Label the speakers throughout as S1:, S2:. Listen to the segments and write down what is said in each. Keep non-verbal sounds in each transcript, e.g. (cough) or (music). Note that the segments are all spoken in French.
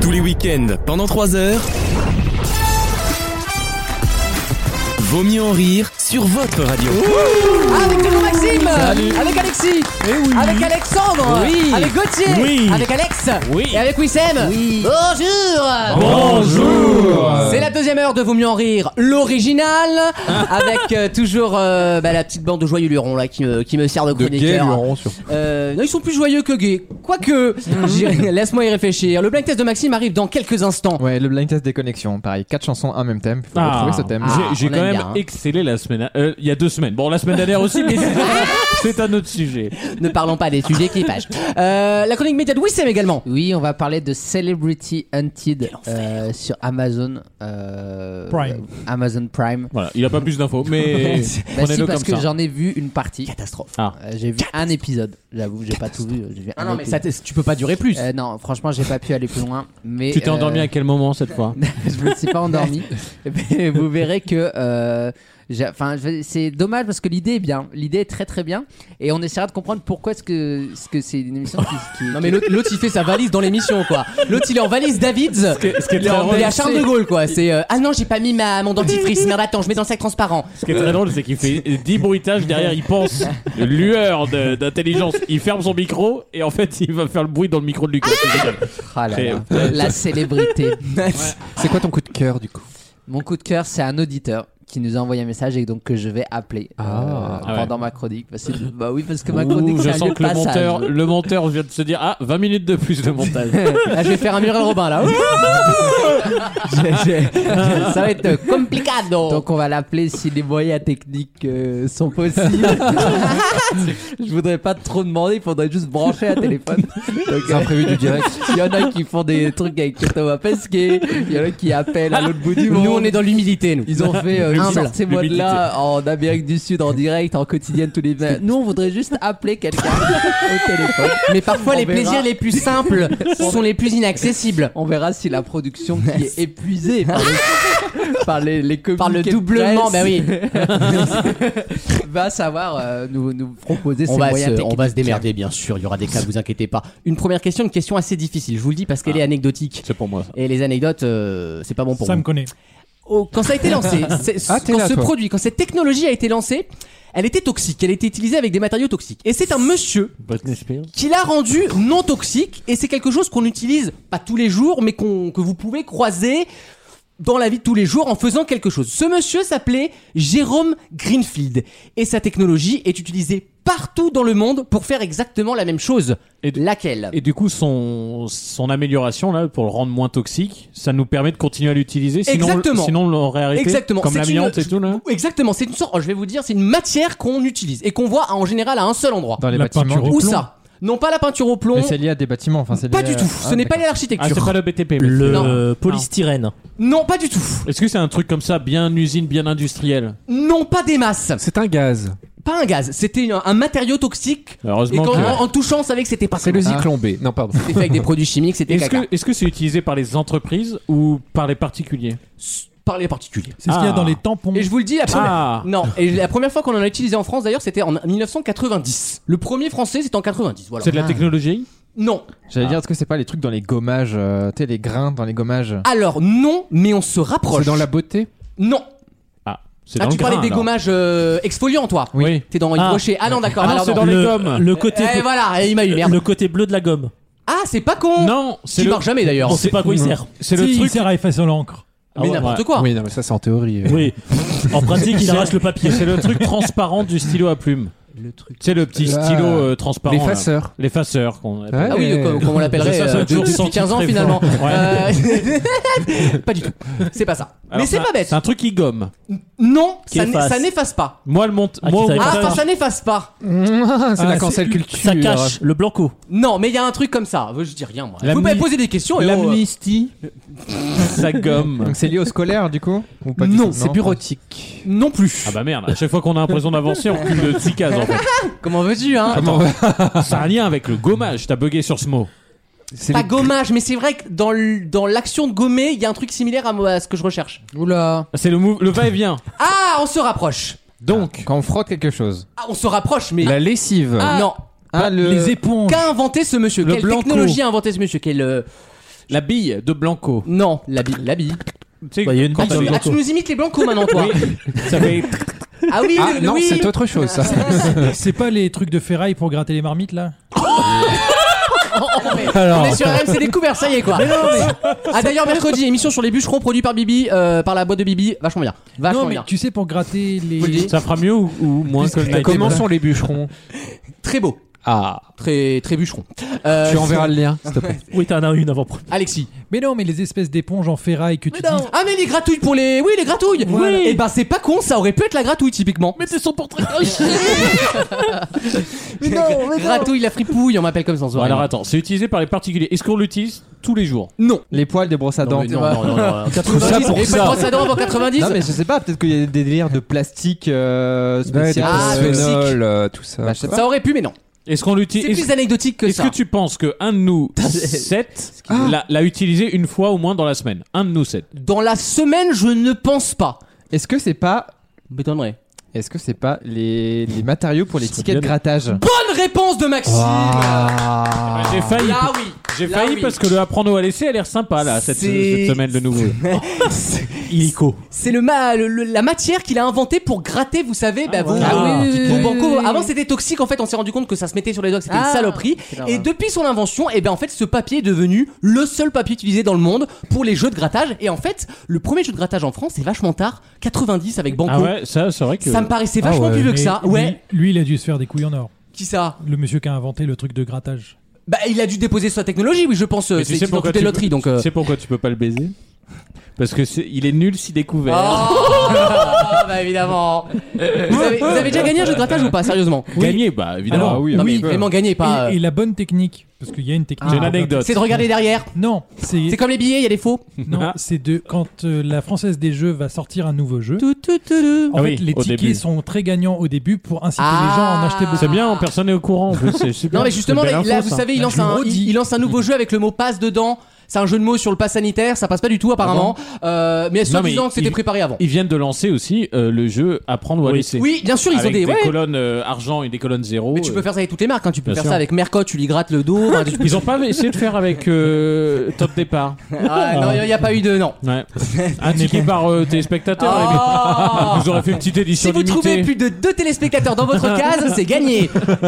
S1: Tous les week-ends, pendant 3 heures. Vaut mieux en rire sur votre radio.
S2: Avec Bruno Maxime
S3: Salut.
S2: Avec Alexis
S3: Eh oui.
S2: Avec Alexandre
S3: Oui.
S2: Avec Gauthier
S3: Oui.
S2: Avec Alex
S3: Oui.
S2: Et avec Wissem Bonjour
S3: Bonjour
S2: C'est la deuxième heure de Vaut mieux en rire, l'original,
S3: (laughs)
S2: avec euh, toujours euh, bah, la petite bande de joyeux lurons là, qui, me- qui me sert de
S3: De gay
S2: chroniqueur.
S3: Laurent sur
S2: Euh, non, ils sont plus joyeux que gays.
S3: (laughs)
S2: Quoique, j'irai- laisse-moi y réfléchir. Le blind test de Maxime arrive dans quelques instants.
S4: Ouais, le blind test déconnexion, pareil, quatre chansons, un même thème. Faut
S3: Ah.
S4: retrouver ce thème.
S2: Ah.
S5: J'ai j'ai
S2: on
S5: quand
S2: aime
S5: même
S2: bien, hein.
S5: excellé la semaine. euh, Il y a deux semaines. Bon, la semaine dernière aussi,
S6: (laughs)
S5: mais c'est- c'est un autre sujet.
S2: Ne parlons pas des sujets clipage. Euh, la chronique média de Wissem également.
S6: Oui, on va parler de Celebrity Hunted euh, sur Amazon euh,
S3: Prime.
S6: euh, Amazon Prime.
S5: Voilà, il a pas plus d'infos, mais
S6: (laughs) Bah si,
S5: prenez-le comme
S6: parce que
S5: ça.
S6: j'en ai vu une partie.
S2: Catastrophe.
S5: Ah.
S6: Euh, j'ai vu un épisode. J'avoue, j'ai pas tout vu. J'ai vu
S2: Ah
S6: un
S2: non, mais ça,
S6: épisode.
S2: t'es- tu peux pas durer plus.
S6: Euh, non, franchement, j'ai pas pu aller plus loin. Mais
S5: Tu t'es
S6: euh,
S5: endormi à quel moment cette
S6: (laughs)
S5: fois
S6: je me suis
S2: (laughs)
S6: pas endormi. mais vous verrez que. euh, j'ai- Enfin, je vais- c'est dommage parce que l'idée est bien, l'idée est très très bien, et on essaiera de comprendre pourquoi est-ce que ce que c'est une émission qui, qui-
S2: Non mais l'autre l'autre, il fait sa valise dans l'émission quoi. L'autre il est en valise Davids.
S5: Ce qui est
S2: Il est
S5: très
S2: en-
S5: drôle,
S2: il est à Charles de Gaulle quoi. C'est euh, ah non j'ai pas mis ma mon dentifrice. Merde attends je mets dans le sac transparent.
S5: ce qui est très drôle, c'est qu'il fait 10 bruitages derrière, il
S6: (laughs)
S5: pense, de lueur de- d'intelligence. Il ferme son micro et en fait, il va faire le bruit dans le micro de Lucas. C'est génial.
S6: Ah là là.
S5: C'est-
S6: la célébrité. (laughs)
S4: C'est quoi ton coup de cœur du coup
S6: Mon coup de cœur, c'est un auditeur qui nous a envoyé un message et donc que je vais appeler euh,
S4: Ah.
S5: Ah ouais.
S6: pendant ma chronique. Parce que- bah oui, parce que ma chronique,
S5: Ouh, je
S6: c'est un lieu
S5: sens
S6: de
S5: que le
S6: passage.
S5: monteur,
S6: (laughs)
S5: le monteur vient de se dire Ah, 20 minutes de plus de montage.
S2: Là je vais faire un Muriel Robin
S5: (laughs)
S2: là. J'ai- j'ai-
S6: Ça va être euh,
S2: Complicado.
S6: Donc on va l'appeler si les moyens techniques euh, sont possibles. je voudrais pas trop demander, il faudrait juste brancher
S2: (laughs)
S6: un téléphone. Donc,
S4: C'est imprévu du direct.
S6: il y en a qui font des trucs avec Thomas Pesquet, il y en a qui appellent à l'autre bout du monde.
S2: nous on est dans l'humilité nous.
S6: Ils ont fait euh,
S5: Humble.
S6: sortez-moi de
S5: L'humilité.
S6: là en Amérique du Sud en direct, en quotidienne tous les matins. Nous, on voudrait juste appeler quelqu'un au téléphone.
S2: Mais parfois
S6: On
S2: les
S6: verra.
S2: plaisirs les plus simples sont les plus inaccessibles.
S6: On verra si la production
S2: (laughs)
S6: qui est épuisée par les, par les, les
S2: Par le
S6: communiqués de
S2: doublement bah
S6: presse
S2: oui.
S6: va savoir euh, nous, nous proposer ses
S2: On va,
S6: moyens
S2: se, on
S6: techniques.
S2: va se démerder bien sûr. Il y aura des cas vous inquiétez pas. Une première question une question assez difficile. Je vous le dis
S6: Ah.
S2: parce qu'elle est anecdotique.
S5: C'est pour moi ça.
S2: Et les anecdotes, euh, c'est pas bon pour
S3: Ça
S2: vous.
S3: me connaît.
S2: au- quand ça a été
S4: (laughs)
S2: lancé, c'est-
S4: Ah, t'es
S2: quand
S4: là,
S2: ce
S4: toi.
S2: produit, quand cette technologie a été lancée, elle était toxique, elle était utilisée avec des matériaux toxiques. Et c'est un monsieur
S5: Britney Spears
S2: qui l'a rendue non toxique, et c'est quelque chose qu'on utilise pas tous les jours, mais qu'on que vous pouvez croiser dans la vie de tous les jours en faisant quelque chose. Ce monsieur s'appelait Jérôme Greenfield, et sa technologie est utilisée partout dans le monde pour faire exactement la même chose.
S5: Et de-
S2: Laquelle
S5: Et du coup, son, son amélioration, là, pour le rendre moins toxique, ça nous permet de continuer à l'utiliser. Sinon,
S2: Exactement.
S5: Sinon, on l'aurait arrêté.
S2: Exactement.
S5: Comme
S2: C'est
S5: l'amiante
S2: une-
S5: et tout, là.
S2: Exactement, c'est une sorte, oh, je vais vous dire, c'est une matière qu'on utilise et qu'on voit en général à un seul endroit.
S4: Dans les
S3: La
S4: bâtiments.
S3: peinture
S4: du
S3: au
S4: coup.
S2: Où
S3: plomb.
S2: ça Non pas la peinture au plomb,
S4: Mais c'est lié à des bâtiments, enfin c'est
S2: pas
S4: lié
S2: du
S4: à-
S2: tout.
S4: Ah,
S2: Ce n'est pas lié à
S4: d'accord.
S5: Ah,
S2: l'architecture.
S5: c'est pas le BTP. mais
S7: Le
S5: c'est-
S7: euh, polystyrène.
S2: Non, pas du tout.
S5: Est-ce que c'est un truc comme ça, bien usine, bien industriel
S2: Non, pas des masses.
S4: C'est un gaz.
S2: Pas un gaz. C'était un, un matériau toxique. Et
S5: Heureusement
S2: quand,
S5: que.
S2: en, en touchant, on savait que c'était pas
S4: C'est
S2: ça.
S4: le zyklon B. Non, pardon.
S2: C'était fait avec des produits chimiques, c'était
S5: Est-ce
S2: caca.
S5: que est-ce que c'est utilisé par les entreprises ou par les particuliers
S2: Par les particuliers.
S3: C'est ce qu'il y a
S5: Ah.
S3: dans les tampons.
S2: Et je vous le dis, la première...
S5: Ah.
S2: Non, et la première fois qu'on en a utilisé en France, d'ailleurs, c'était en 1990. Le premier français, c'était en 90. Voilà. Ah.
S5: C'est de la technologie
S2: Non.
S4: J'allais dire, est-ce que c'est pas les trucs dans les gommages, euh, tu sais, les grains dans les gommages
S2: Alors, non, mais on se rapproche.
S4: C'est dans la beauté
S2: Non.
S5: Ah, c'est
S2: Ah,
S5: dans
S2: tu
S5: le grain,
S2: parlais des
S5: alors.
S2: gommages euh, exfoliants, toi.
S5: Oui.
S2: T'es dans Yves
S7: Ah.
S2: Rocher. Ah non, d'accord.
S5: Ah non,
S2: alors
S5: c'est
S2: non.
S5: dans les
S7: le,
S5: gommes.
S7: le côté
S2: Eh, voilà, et il m'a eu merde.
S7: le côté bleu de la gomme.
S2: Ah, c'est pas con.
S5: Non, c'est
S2: Qui
S5: le
S2: marche jamais d'ailleurs.
S7: On sait pas à quoi il sert.
S5: c'est
S3: Si,
S5: le
S3: il
S5: truc.
S3: sert à effacer l'encre.
S5: Ah
S2: Mais
S5: ouais,
S2: n'importe
S5: ouais.
S2: quoi.
S4: Oui, non, mais ça c'est en théorie. euh.
S7: Oui. en pratique, il arrache le papier.
S5: C'est le truc transparent du stylo à plume. C'est le petit
S4: Ah.
S5: stylo euh, transparent.
S2: (laughs)
S5: là.
S4: L'effaceur.
S5: L'effaceur qu'on appelle.
S2: Ah
S4: Ouais.
S2: oui,
S4: Euh,
S2: comme, comme on l'appellerait
S5: ça, ça a
S2: euh, de-
S5: toujours
S2: depuis
S5: senti
S2: 15 ans
S5: très
S2: finalement.
S5: fort. Ouais.
S2: Euh, (laughs) pas du tout. C'est pas ça.
S5: Alors,
S2: Mais c'est
S5: un-
S2: pas bête.
S5: C'est un truc qui gomme.
S2: Non,
S7: Qui
S2: ça, n-
S7: efface.
S2: ça n'efface pas.
S5: Moi, le monte.
S7: Ah, qui
S5: moi, au-
S7: t'arrive.
S2: Ah,
S7: Efface.
S2: enfin, ça n'efface pas.
S4: Ah, c'est
S3: Ah,
S4: la
S3: c'est-
S4: cancel culture.
S7: Ça cache le blanco.
S2: Non, mais il y a un truc comme ça. Je dis rien moi. Vous
S5: L'amni-
S2: pouvez poser des questions et on, euh,
S5: l'amnistie, ça gomme.
S4: Donc c'est lié au scolaire du coup Ou pas du
S2: Non,
S4: tout
S2: c'est
S4: bureautique.
S2: euh, non plus.
S5: Ah bah merde, à chaque fois qu'on a l'impression d'avancer, on recule de 10 cases en fait.
S2: Comment veux-tu
S4: Ah
S5: Ah,
S2: hein
S5: Ça a un lien avec le gommage, t'as bugué sur ce mot.
S4: C'est
S2: Pas
S4: les-
S2: gommage, mais c'est vrai que dans l- dans l'action de gommer, il y a un truc similaire à, moi- à ce que je recherche. Oula.
S5: C'est le, mou- le va-et-vient.
S2: Ah, on se rapproche.
S5: Donc,
S4: Quand on frotte quelque chose.
S2: Ah, on se rapproche, mais
S4: La lessive.
S2: non.
S4: Ah, le-
S3: Les éponges.
S2: Qu'a inventé ce monsieur
S3: Le
S2: Quelle
S3: Blanco.
S2: technologie a inventé ce monsieur Quelle euh,
S5: La bille de Blanco.
S2: Non, la bille. La bille.
S5: Tu sais,
S7: Bah, il y a une
S5: quand
S7: bille
S5: t'as
S7: dans
S5: des-
S7: le
S2: Ah, tu nous imites les blancos maintenant, toi.
S5: ça fait-
S2: (laughs) Ah oui,
S4: Ah
S2: oui,
S4: non,
S2: oui.
S4: c'est autre
S2: (laughs)
S4: chose ça.
S3: C'est pas les trucs de ferraille pour gratter les marmites là
S2: On
S3: Alors,
S2: est sur RMC Découvert, ça y est quoi. Ah d'ailleurs, mercredi, émission sur les bûcherons produit par Bibi, euh, par la boîte de Bibi, vachement bien. Vachement
S3: non mais
S2: bien.
S3: tu sais pour gratter
S2: Vous le
S3: les
S2: dites
S5: ça fera mieux ou, ou moins que le Night
S4: Comment
S5: Table
S4: sont les bûcherons
S2: Très beau.
S5: Ah,
S2: Très, très bûcheron. Euh,
S4: Tu enverras le lien, s'il te plaît.
S7: Oui, t'en as une avant.
S2: Alexis.
S3: Mais non, mais les espèces d'éponges en ferraille que tu dis.
S2: Ah mais les gratouilles pour les... Oui, les gratouilles
S3: Voilà.
S2: Et ben c'est pas con, ça aurait pu être la gratouille typiquement.
S5: mettez son
S2: (laughs)
S5: portrait. (laughs)
S2: Gratouille, la fripouille, on m'appelle comme ça. en
S5: Bon,
S2: soirée.
S5: alors attends, c'est utilisé par les particuliers. Est-ce qu'on l'utilise tous les jours
S2: Non.
S4: Les poils des brosses à dents.
S5: mais non, non, non, non, non.
S4: ça pour
S2: Et pas de
S4: ça.
S2: brosse à dents avant 90
S4: Non, mais je sais pas, peut-être qu'il y a des délires de plastique euh, spécial,
S2: Ah,
S4: euh,
S2: toxique.
S4: phénol, euh, tout ça. Bah, je sais
S2: Ça aurait pu, mais non.
S5: Est-ce qu'on
S2: C'est
S5: l'utilise
S2: plus anecdotique que
S5: Est-ce
S2: ça.
S5: que tu penses que un de nous
S2: (laughs)
S5: sept l'a l'a utilisé une fois au moins dans la semaine Un de nous sept.
S2: Dans la semaine, je ne pense pas.
S4: Est-ce que c'est pas,
S2: M'étonnerait.
S4: est-ce que c'est pas les, les matériaux pour les tickets de
S5: bien.
S4: grattage
S2: Bonne réponse de Maxime
S4: Ah.
S5: J'ai failli.
S2: Là oui
S5: J'ai
S2: Là,
S5: failli
S2: oui.
S5: parce que le apprendre au laisser a l'air sympa là cette,
S2: C'est-
S5: cette semaine de
S2: (laughs)
S5: nouveau. Illico.
S2: C'est le, ma- le- le- la matière qu'il a inventée pour gratter, vous savez, bah, vos,
S5: voilà.
S2: vos-
S5: Ah,
S2: vos bancos. Avant c'était toxique, en fait, on s'est rendu compte que ça se mettait sur les doigts, que c'était
S6: Ah.
S2: une saloperie. Et depuis son invention, et ben en fait, ce papier est devenu le seul papier utilisé dans le monde pour les jeux de grattage. Et en fait, le premier jeu de grattage en France, c'est vachement tard, 90 avec Banco.
S5: Ah ouais, Ah ça c'est vrai que.
S2: Ça me paraissait vachement plus vieux que ça.
S3: Mais
S2: Ouais.
S3: Lui, lui, il a dû se faire des couilles en or.
S2: Qui ça
S3: Le monsieur qui a inventé le truc de grattage.
S2: Bah, il a dû déposer sa technologie, oui, je pense. euh,
S5: Mais tu
S2: C'est
S5: sais
S2: dans
S5: pourquoi
S2: toutes les
S5: tu-
S2: loteries, donc.
S5: Tu
S2: euh,
S5: sais pourquoi tu peux pas le baiser Parce que c'est- il est nul si découvert.
S2: Oh, (laughs) bah
S5: (laughs)
S2: évidemment. vous, avez, vous avez déjà gagné un jeu de grattage ou pas, sérieusement
S5: Gagné, bah évidemment.
S3: Alors,
S4: oui,
S2: Ah Non,
S3: oui,
S2: mais vraiment gagné, pas.
S3: et,
S2: euh,
S3: et la bonne technique, parce qu'il y a une
S7: Ah.
S3: technique.
S5: J'ai une anecdote.
S2: C'est de regarder derrière.
S3: Non,
S2: C'est
S3: c'est
S2: comme les billets, il y a des faux.
S5: Hmm.
S7: Ah.
S3: non, c'est de quand euh, la française des jeux va sortir un nouveau jeu.
S2: Tout, tout, tout, tout.
S3: En
S5: Ah
S3: fait,
S5: oui,
S3: les
S5: au début.
S3: tickets sont très gagnants au début pour inciter les gens à en
S2: Ah.
S3: acheter beaucoup.
S5: C'est bien, personne n'est au courant. en
S2: (laughs)
S5: plus, C'est super.
S2: Non mais justement,
S5: C'est
S2: là,
S5: belle
S2: là,
S5: info,
S2: vous
S5: ça.
S2: savez, il lance,
S3: Je me
S2: un,
S3: redis.
S2: il, il lance un
S5: Hmm.
S2: nouveau jeu avec le mot passe dedans. C'est un jeu de mots sur le pass sanitaire, ça passe pas du tout apparemment. Euh, mais
S5: Non, mais
S2: soi-disant que c'était
S5: il-
S2: préparé avant.
S5: Ils viennent de lancer aussi euh, le jeu Apprendre ou à
S7: Oui.
S5: laisser.
S2: Oui, bien sûr, ils ont
S5: Avec
S2: des.
S5: des
S2: ouais,
S5: colonnes euh, argent et des colonnes zéro.
S2: mais tu
S5: euh,
S2: peux faire ça avec toutes les marques. hein. Tu peux
S5: Bien
S2: faire
S5: sûr.
S2: ça avec Mercotte, tu lui grattes le dos.
S5: (laughs)
S2: enfin, tu-
S5: Ils ont pas essayé de faire avec
S2: (laughs)
S5: euh, Top Départ.
S2: Ah, non, il n'y a pas eu de.
S5: (laughs)
S2: Non. (laughs)
S5: Ouais. Un ticket par euh, téléspectateur. les mecs.
S2: Oh
S5: Vous aurez fait une petite édition
S2: Si vous
S5: limitée.
S2: trouvez plus de deux téléspectateurs dans
S5: (laughs)
S2: votre case, c'est gagné. (laughs)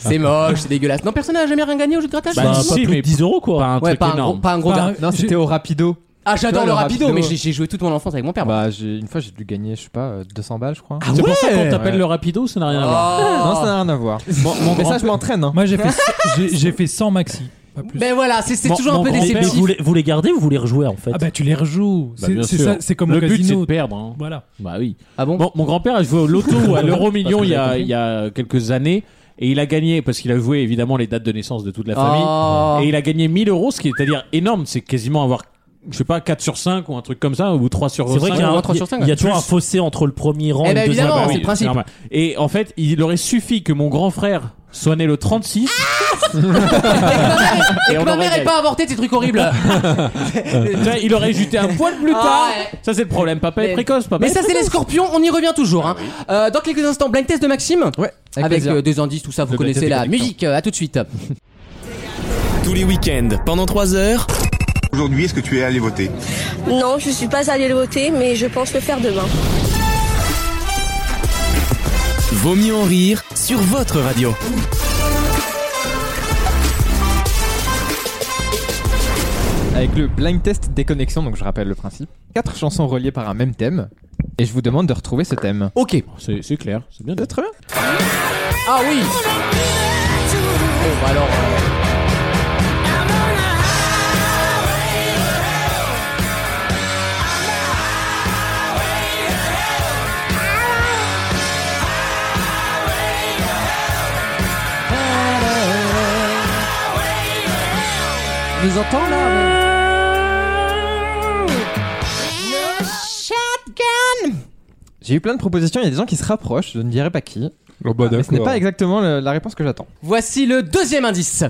S2: c'est moche, c'est dégueulasse. Non, personne n'a jamais rien gagné au jeu Ah, de grattage.
S5: Bah,
S7: Bah,
S5: si,
S7: pas plus
S5: mais-
S7: de 10 euros quoi.
S5: Pas un
S2: ouais,
S5: truc
S2: pas un, gros,
S5: énorme.
S2: pas un gros
S3: Pas
S2: gars.
S3: un-
S4: Non,
S3: J'ai-
S4: c'était au rapido.
S2: Ah, j'adore
S4: Ouais,
S2: le
S4: le
S2: rapido,
S4: rapido,
S2: mais
S4: ouais.
S2: j'ai j'ai joué toute mon enfance avec mon père. moi.
S4: Bah, j'ai- une fois, j'ai dû gagner, je sais pas, euh, 200 balles, je crois.
S5: C'est
S2: Ah ouais
S5: pour ça qu'on t'appelle
S4: Ouais.
S5: le rapido, ça n'a rien à voir.
S2: Oh.
S4: Non, ça n'a rien à voir. mais ça, je m'entraîne. hein.
S3: Moi, j'ai
S7: (laughs)
S3: fait, j'ai- j'ai fait 100 maxi, pas
S7: Bah,
S3: plus.
S2: Ben voilà, c'est c'est
S5: Mon-
S2: toujours un
S5: mon
S2: peu
S5: grand-père-
S7: Mais
S2: déceptif.
S7: vous, les, vous les gardez ou vous les rejouez en fait
S3: Ah bah tu les rejoues.
S5: Bah,
S3: C'est-
S5: bien
S3: c'est
S5: sûr.
S3: ça, c'est comme
S5: le
S3: au
S5: but, c'est de
S3: casino.
S5: perdre. hein.
S3: Voilà.
S5: Bah oui.
S2: Ah bon
S5: Bon, mon grand-père a joué au loto ou à l'euro
S7: (laughs) Ah,
S5: million il y, a, il y a quelques années et il a gagné parce qu'il a joué évidemment les dates de naissance de toute la famille.
S2: Oh.
S7: Ah.
S5: Et il a gagné 1000 euros, ce qui est à dire énorme. C'est quasiment avoir, je sais pas, 4 sur 5 ou un truc comme ça, ou 3 sur 5.
S7: C'est vrai qu'il y a,
S2: Ouais,
S7: un-
S2: ouais, trois sur cinq,
S7: il y a
S2: ouais.
S7: toujours un fossé entre le premier rang
S2: Eh
S7: et
S2: ben,
S7: le deuxième. Ah bah
S2: évidemment,
S7: rang.
S2: c'est le principe.
S5: Bah normal. Et en fait, il aurait suffi que mon grand frère soit né le 36.
S7: Ah.
S2: Et
S5: Et
S2: que
S5: on
S2: ma mère ait
S5: aurait gagné. Ah, bah.
S2: pas avorté de ces trucs
S5: (laughs)
S2: horribles.
S5: Tu vois, il aurait jeté un poil plus
S2: Ah
S5: tard.
S2: ouais.
S5: Ça, c'est le problème. Papa
S2: Mais-
S5: est précoce, papa.
S2: Mais
S5: est
S2: ça, c'est les scorpions, on y revient toujours.
S5: Ah
S2: hein. Euh, dans quelques instants, blind test de Maxime.
S4: Ouais, avec,
S2: Avec
S4: plaisir.
S2: euh, des indices, tout ça, vous
S5: Le blind
S2: connaissez
S5: test
S2: la
S5: des collecteurs.
S2: musique. Euh, À tout de suite.
S1: Tous les week-ends, pendant 3 heures.
S8: Aujourd'hui, est-ce que tu es allé voter
S9: Non, je suis pas allée le voter, mais je pense le faire demain.
S1: Vaut mieux en rire sur votre radio.
S4: Avec le blind test déconnexion, donc je rappelle le principe. Quatre chansons reliées par un même thème, et je vous demande de retrouver ce thème.
S2: Ok.
S5: C'est c'est clair, c'est bien. dit.
S4: Très bien.
S2: Ah oui Bon bah alors
S6: On nous entend là
S4: J'ai eu plein de propositions, il y a des gens qui se rapprochent, je ne dirai pas qui. Ah, mais ce n'est pas exactement le- la réponse que j'attends.
S2: Voici le deuxième indice.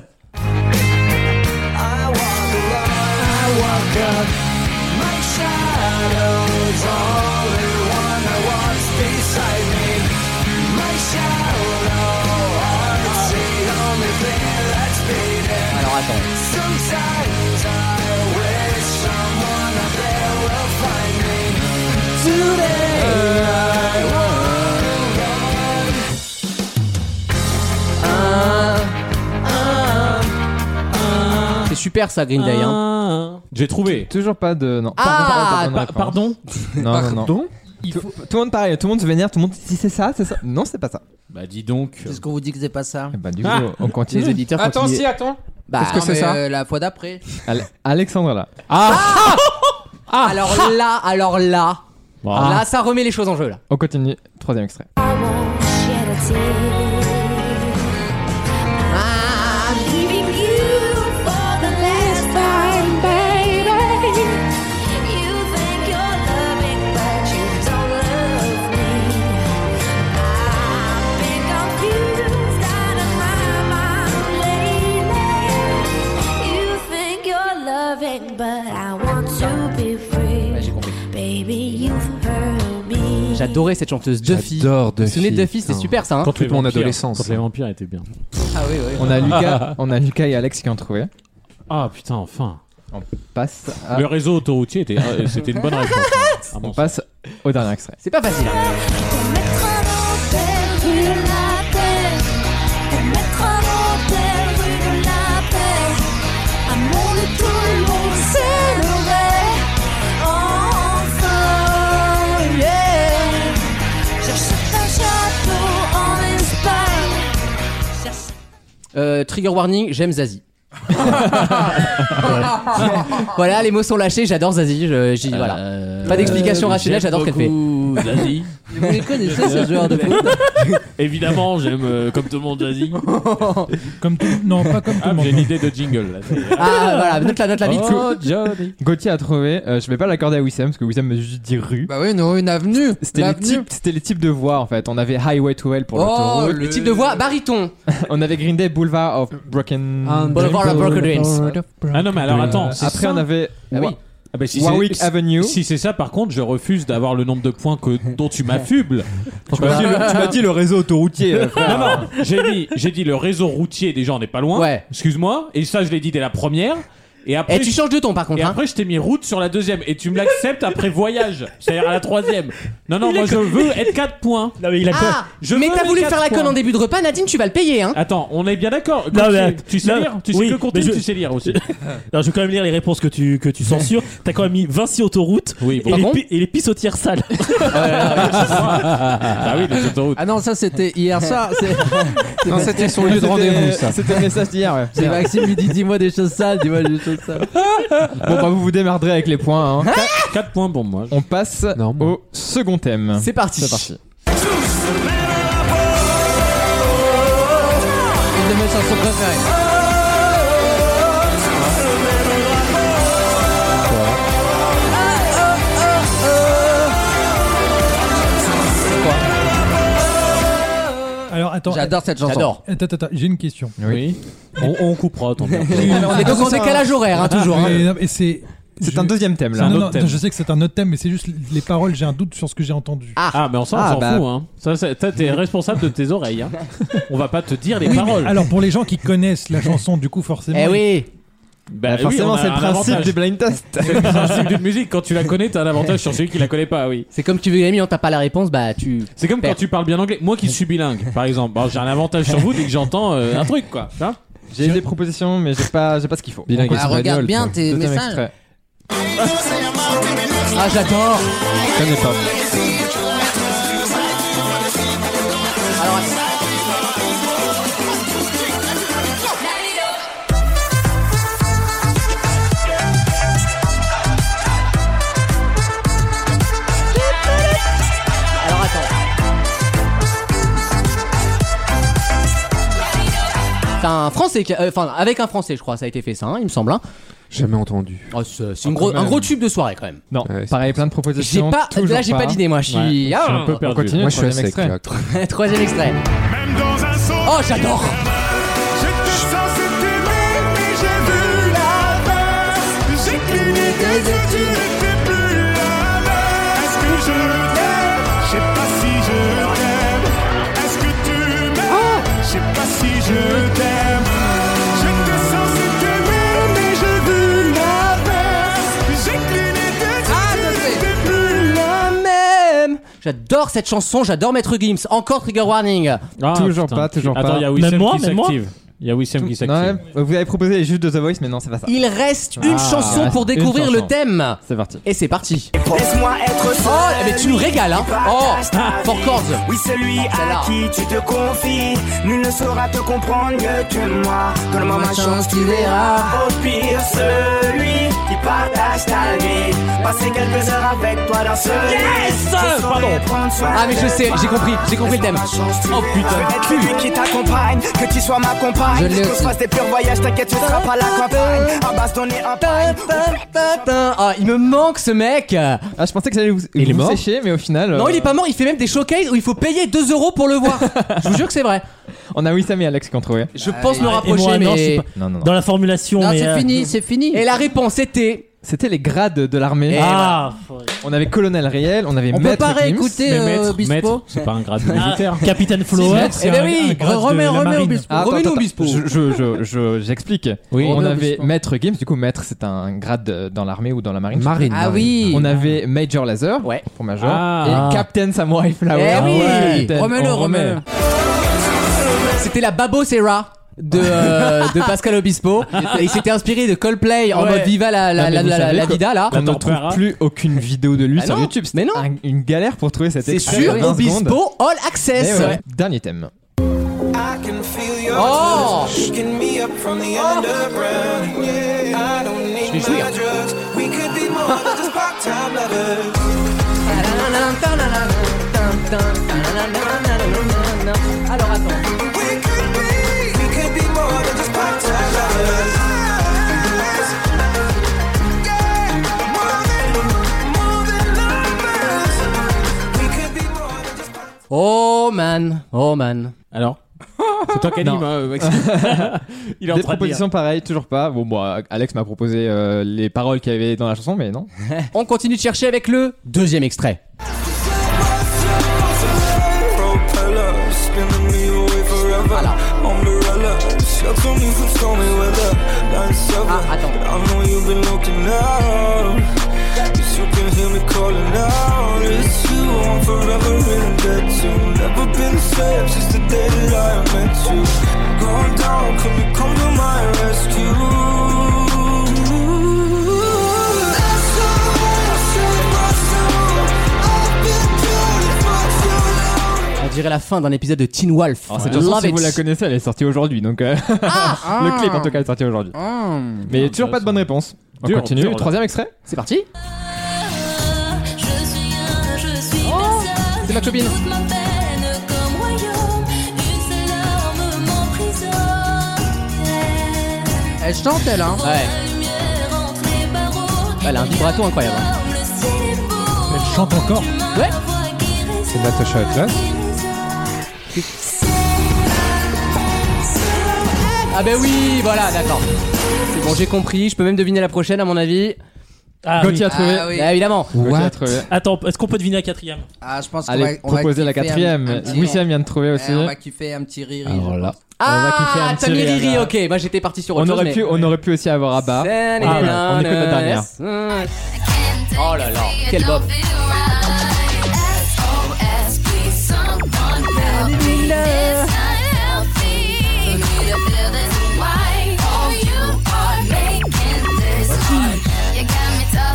S2: Alors attends. super ça, Green Day.
S6: Ah.
S2: hein.
S7: Ah.
S5: J'ai trouvé.
S4: Toujours pas de. Non.
S2: Ah,
S4: Pardon, pardon, pardon,
S7: Pardon
S4: Non, non, non. Tout, tout le monde pareil, tout le monde se vénère, tout le monde si c'est ça, c'est ça. Non, c'est pas ça.
S5: Bah dis donc.
S6: Qu'est-ce qu'on vous dit que c'est pas ça
S4: Et bah, du coup, on continue.
S6: Les auditeurs
S10: Attends, si, attends.
S6: Bah,
S4: Est-ce que
S6: non,
S4: c'est
S6: mais,
S4: ça
S6: euh, La fois d'après.
S4: Ale- Alexandre là.
S2: Alors là, alors là.
S5: Ah.
S2: Là, ça remet les choses en jeu, là.
S4: On continue. Troisième extrait.
S9: But I want to be free.
S2: Ouais, j'ai compris.
S9: Baby, you've hurt me.
S2: J'adorais cette chanteuse Duffy.
S10: J'adore
S2: Vous vous souvenez de
S10: Duffy,
S2: Duffy, c'est
S10: putain.
S2: super ça. hein.
S5: Quand
S10: Toute
S5: les
S10: mon
S5: vampires-
S10: adolescence.
S5: Quand les vampires étaient bien.
S2: Ah oui, oui.
S4: On a Lucas, on a Lucas et Alex qui ont trouvé.
S5: Ah putain, enfin.
S4: Passe à-
S5: Le réseau autoroutier était, ah, c'était une bonne réponse. Ah, bon,
S4: on passe au dernier extrait.
S2: C'est pas facile. hein. Euh, trigger warning, j'aime
S6: (laughs)
S2: Zazie. (laughs) voilà, les mots sont lâchés, j'adore Zazie. je- j'y- voilà. Pas d'explication rationnelle, j'adore ce qu'elle fait.
S5: fait. Euh, Zazie.
S6: Vous les connaissez, ce joueur de foot
S5: (laughs) Évidemment, j'aime euh, comme tout le monde Zazie.
S3: Comme tout... Non, pas comme tout
S5: Ah,
S3: le monde.
S5: j'ai une idée de jingle là.
S2: Ah voilà, note la note la vite.
S5: Oh, Johnny.
S4: Gauthier a trouvé. euh, je vais pas l'accorder à Wissem parce que Wissem me juste dit rue.
S6: Bah oui, non, une avenue.
S4: C'était les,
S6: L'avenue.
S4: types, c'était les types de voix en fait. On avait Highway to Hell pour
S6: Oh,
S4: l'autoroute.
S2: Le type de voix bariton.
S4: (laughs) On avait Green Day Boulevard of Broken.
S2: Boulevard of Broken Dreams.
S5: Ah non, mais alors attends. c'est
S4: Après
S5: ça
S4: on avait
S2: Ah oui.
S4: Wa-
S5: Ah bah, si
S4: Warwick
S5: c'est-
S4: Avenue.
S5: Si c'est ça, par contre, je refuse d'avoir le nombre de points que, dont tu m'affubles.
S4: Tu m'as dit,
S5: (laughs)
S4: le- tu m'as dit le réseau autoroutier. euh, frère.
S5: non, non, j'ai dit, j'ai dit le réseau routier, déjà, on n'est pas loin.
S2: Ouais.
S5: Excuse-moi. Et ça, je l'ai dit dès la première. Et après,
S2: Et tu changes de ton par contre.
S5: et
S2: hein.
S5: après, je t'ai mis route sur la deuxième. Et tu me l'acceptes après voyage. C'est-à-dire à la troisième. Non, non, moi, je veux être 4 points.
S7: Non, mais il a
S2: Ah,
S5: Je
S2: mais
S5: veux
S2: t'as
S5: les
S2: voulu
S5: quatre
S2: faire la conne
S5: points.
S2: en début de repas, Nadine, tu vas le payer. Hein.
S5: Attends, on est bien d'accord.
S7: Non,
S5: Gauthier,
S7: mais-
S5: tu sais
S7: non,
S5: lire Tu sais
S7: oui,
S5: que compter
S7: mais je-
S5: Tu sais
S7: (laughs)
S5: lire aussi.
S7: Non, je vais quand même lire les réponses que tu, que tu censures. T'as quand même mis 26 autoroutes
S5: Oui,
S7: et,
S2: Ah
S7: les,
S2: bon
S7: pi- et les pissotières sales.
S5: ah oui, les autoroutes.
S6: Ah non, ça c'était hier soir. c'est-
S10: Non, c'était son
S4: C'était-
S10: lieu de rendez-vous, ça.
S4: C'était le message d'hier. ouais.
S6: C'est Maxime lui dit dis-moi des choses sales, dis-moi des choses sales.
S4: Bon bah vous vous démerderez avec les points. hein.
S5: 4 points pour moi.
S4: On passe
S10: Non, moi.
S4: au second thème.
S2: C'est parti.
S4: C'est parti.
S6: Une de mes chansons préférées.
S3: Alors attends.
S6: J'adore cette chanson.
S2: J'adore.
S3: Attends, attends, j'ai une question.
S5: Oui. On, on coupera, tant pis.
S2: Et donc en décalage horaire, hein, toujours. hein.
S3: Ah, Mais, non, mais c'est.
S4: C'est
S3: je-
S4: un deuxième thème là.
S3: Non,
S5: un
S3: non,
S5: autre
S3: non,
S5: thème.
S3: je sais que c'est un autre thème, mais c'est juste les paroles, j'ai un doute sur ce que j'ai entendu.
S5: Ah, mais on s'en on
S4: Ah,
S5: s'en
S4: bah.
S5: fout, hein. Ça, ça- toi, t'es responsable de tes oreilles, hein. On va pas te dire les
S3: Oui, mais
S5: paroles.
S3: alors pour les gens qui connaissent la chanson, du coup forcément.
S2: Eh oui.
S5: Bah, oui,
S4: Ah, Forcément
S5: on a
S4: c'est le
S5: un
S4: principe
S5: avantage.
S4: des blind tests.
S5: C'est le principe d'une musique. Quand tu la connais, t'as un avantage sur celui qui la connaît pas, oui.
S2: C'est comme tu veux gagner, non, t'as pas la réponse, bah tu.
S5: C'est comme quand
S2: Père.
S5: tu parles bien anglais. Moi qui suis bilingue, par exemple. Bon, j'ai un avantage sur vous dès que j'entends euh, un truc, quoi. Hein
S4: J'ai des propositions mais j'ai pas j'ai pas ce qu'il faut.
S10: Bilingue
S4: On passe
S6: Bah,
S4: au
S6: regarde
S4: bagnole,
S6: bien
S4: quoi.
S6: tes
S4: Deuxième
S6: messages.
S4: extrait.
S2: Ah, j'adore.
S4: Je connais pas.
S2: Alors attends. C'est un français, qui- euh, enfin avec un français, je crois, ça a été fait ça, hein, il me semble. hein.
S10: Jamais entendu.
S2: Oh, c'est c'est une gros- un
S4: même.
S2: gros tube de soirée quand même.
S4: Non,
S10: Ouais, c'est-
S4: pareil plein de
S2: J'ai
S4: propositions.
S2: pas,
S4: toujours
S2: là j'ai pas d'idée, moi, je suis.
S5: Je suis un peu
S4: On
S5: perdu.
S4: continue.
S10: Moi, je suis
S4: troisième
S10: assez
S4: extrait.
S10: clair.
S2: Ah, (laughs) Troisième extrait. Oh, j'adore. La Ah, même. J'adore cette chanson, j'adore Maître Gims. Encore trigger warning.
S5: Ah,
S4: Toujours
S5: putain.
S4: pas, toujours
S5: Attends,
S4: pas.
S5: il y a
S7: Même
S5: Wissem
S7: moi,
S5: qui
S7: même moi.
S5: s'active. Il y a Wissem qui s'active.
S4: Non, ouais, vous avez proposé juste de The Voice, mais non, c'est pas ça.
S2: Il reste une
S4: Ah,
S2: chanson pour
S4: une
S2: découvrir
S4: chanson.
S2: le thème.
S4: C'est parti.
S2: Et c'est parti. Oh, mais tu nous régales, hein. Oh, four chords.
S11: Oui, celui
S2: Celle-là.
S11: à qui tu te confies, nul ne saura te comprendre mieux que moi. Donne-moi ma chance, tu verras. Au pire, celui qui partage ta vie. Passer quelques heures avec toi dans ce
S2: Yes
S11: lit. Je saurai
S2: Pardon.
S11: prendre soin
S2: Ah, mais je
S11: de
S2: sais,
S11: toi.
S2: j'ai compris, j'ai compris le thème.
S11: Ma chance, tu
S2: Oh,
S11: verras.
S2: putain,
S11: Je vais être
S2: cul.
S11: celui qui t'accompagne, que tu sois ma
S6: Je
S11: compagne.
S6: l'ai
S11: Qu'on
S6: aussi.
S11: se fasse des purs voyages, t'inquiète, tu seras pas à la campagne. Un bastonné, un
S2: Ta,
S11: paille.
S2: ta, ta, ta. Ah, il me manque ce mec.
S4: Ah, je pensais que ça allait vous,
S5: Il est
S4: vous
S5: mort
S4: sécher, mais au final.
S2: Non,
S4: euh,
S2: il est pas mort, il fait même des showcases où il faut payer 2 euros pour le voir. Je vous jure que c'est vrai.
S4: euh, On a Wissam et Alex qui ont trouvé.
S2: Je pense me
S7: et moi,
S2: rapprocher,
S7: non, je
S2: mais.
S7: sais pas.
S4: Non, non, non.
S7: Dans la formulation,
S6: Non,
S7: mais.
S6: c'est
S7: euh,
S6: fini, c'est fini.
S2: Et la réponse était.
S4: C'était les grades de l'armée.
S7: Ah,
S4: On avait colonel réel, on avait
S2: On peut
S4: maître
S2: pas
S4: Gims.
S2: réécouter
S5: Mais
S2: euh,
S5: maître,
S2: Obispo
S5: maître, c'est pas un grade
S7: (laughs)
S5: militaire.
S7: faut- Capitaine Flower.
S5: hein.
S4: Max,
S7: c'est
S2: Eh ben
S7: un-
S2: oui,
S7: un grade
S2: remets,
S7: de la
S2: remets
S7: marine.
S2: Obispo.
S4: Ah, attends,
S2: Remets-nous
S4: attends,
S2: Obispo.
S4: Je, je, je- je- j'explique.
S2: Oui.
S4: on
S2: Remets
S4: avait
S2: Obispo.
S4: maître Gims, du coup maître c'est un grade euh, dans l'armée ou dans la marine.
S10: Marine.
S6: Ah
S10: Marine.
S6: oui.
S4: On avait Major Laser
S2: Ouais.
S4: pour Major
S5: Ah.
S4: et Captain Samurai Flower.
S2: Eh oui.
S4: Captain,
S6: Remets-le,
S4: ah on remet.
S6: remets-le.
S2: C'était la Babocera de, euh, de Pascal Obispo. Et il s'était inspiré de Coldplay en
S5: Ouais.
S2: mode Viva la, la,
S4: Non, Ah, mais
S2: la,
S4: vous
S2: la- la-
S4: savez
S2: la
S4: quoi
S2: vida là.
S4: On ne trouve
S5: tempéra.
S4: plus aucune vidéo de lui
S2: Ah
S4: sur
S2: non,
S4: YouTube.
S2: mais non.
S4: un- une galère pour trouver cette
S2: C'est
S4: extrait
S2: sûr,
S4: de 20
S2: Obispo
S4: secondes.
S2: All
S4: Eh
S2: Access.
S4: ouais. Dernier thème. (laughs)
S11: I can feel
S4: Eh
S11: your
S2: Oh.
S11: touch shaking me up from the
S9: Oh.
S11: underground. Yeah, I don't need
S2: l'ai joué, hein.
S11: my drugs. We could be more than just part-time lovers.
S2: Alors attends.
S11: We could be, we could be more than just part-time lovers. Yeah, more than, more than lovers. We could be more than just part-time
S2: Oh man, oh man.
S5: Alors C'est toi qui anime,
S4: Non.
S5: hein, Maxime. (laughs) Il est en
S4: Des
S5: train de dire.
S4: propositions pareilles, toujours pas. Bon, moi, Alex m'a proposé euh, les paroles qu'il y avait dans la chanson, mais non.
S2: On continue de chercher avec le deuxième extrait.
S11: Propeller, spinning me away forever. Umbrella, shelter me from stormy weather. Night seven,
S2: Ah, attends.
S11: I know you've been looking out. Yes, you can hear me calling out. It's you, I'm forever in debt to. Never been safe since the day that I met you. Going down, can you come to my rescue?
S2: On dirait la fin d'un épisode de Teen Wolf.
S4: Alors, cette
S2: Love
S4: chanson, si
S2: it.
S4: vous la connaissez, elle est sortie aujourd'hui. Donc, euh,
S7: Ah.
S4: (laughs) le clip, en tout cas, est sorti aujourd'hui.
S6: Hum.
S4: Mais toujours pas de bonne réponse. On
S5: Dur,
S4: continue.
S5: dur, là.
S4: Troisième extrait.
S2: C'est parti.
S12: Je suis un, je suis personne.
S2: C'est ma copine.
S12: Toute ma peine comme royaume. Une seule larme m'emprisonne.
S6: Elle chante, elle, hein.
S2: Ouais.
S12: La lumière entre les barreaux.
S2: Elle a un vibrato incroyable. hein.
S12: Comme le ciel beau.
S3: Elle chante encore.
S12: Ma
S2: Ouais.
S12: voix qui résonne.
S10: C'est Natasha Atlas.
S2: Ah ben oui, voilà, d'accord. C'est bon, j'ai compris. Je peux même deviner la prochaine à mon avis.
S7: Ah, oui.
S4: Gauthier a trouvé.
S6: Ah oui.
S2: Bah, évidemment.
S4: Gauthier a
S10: What
S4: trouvé.
S7: Attends, est-ce qu'on peut deviner la quatrième
S6: Ah, je pense qu'on va,
S4: Allez,
S6: on va
S4: proposer la
S6: kiffer un- un
S4: quatrième.
S6: petit-
S4: Wissam vient de trouver
S6: Ouais,
S4: aussi.
S6: Eh, on va kiffer un petit rire.
S4: Alors là. Ah, On
S2: Ah,
S4: va kiffer un
S2: Tammy
S4: petit
S2: Riri,
S4: rire,
S2: ok.
S6: Bah,
S2: Moi j'étais parti sur autre
S4: On
S2: chose.
S4: aurait, pu, on aurait pu aussi avoir Abba.
S2: mais...
S4: Ah, voilà, on écoute la dernière.
S6: Ah,
S2: Oh là là, quel bob.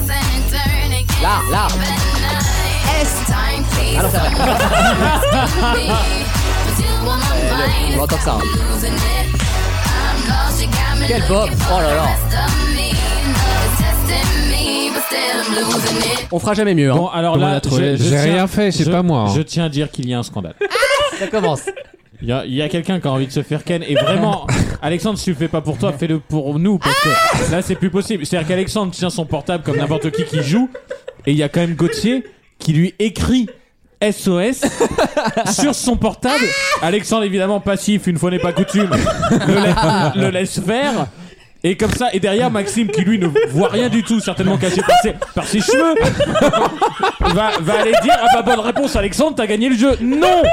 S2: Là, là. Ah, Alors ça va. On entend que ça. hein. Quel bob. Oh là là. On fera jamais mieux. Hein.
S5: Bon, alors
S4: Comment Oh, on
S5: là,
S4: l'a trouvé
S5: je- je
S10: J'ai
S5: tiens-
S10: rien fait, c'est
S5: je-
S10: pas moi. hein.
S5: Je tiens à dire qu'il y a un scandale.
S2: Ça
S4: (laughs)
S2: commence.
S5: Il y a, il y a quelqu'un qui a envie de se faire ken et vraiment, Alexandre, si tu le fais pas pour toi, fais-le pour nous parce que là c'est plus possible. C'est-à-dire qu'Alexandre tient son portable comme n'importe qui qui joue et il y a quand même Gauthier qui lui écrit
S4: (laughs)
S5: SOS sur son portable. Alexandre évidemment passif, une fois n'est pas coutume, le, la- le laisse faire. Et comme ça, et derrière Maxime, qui lui ne voit rien du tout, certainement caché par ses, par ses cheveux, (laughs) va, va aller dire Ah bah bonne réponse, Alexandre, t'as gagné le jeu. Non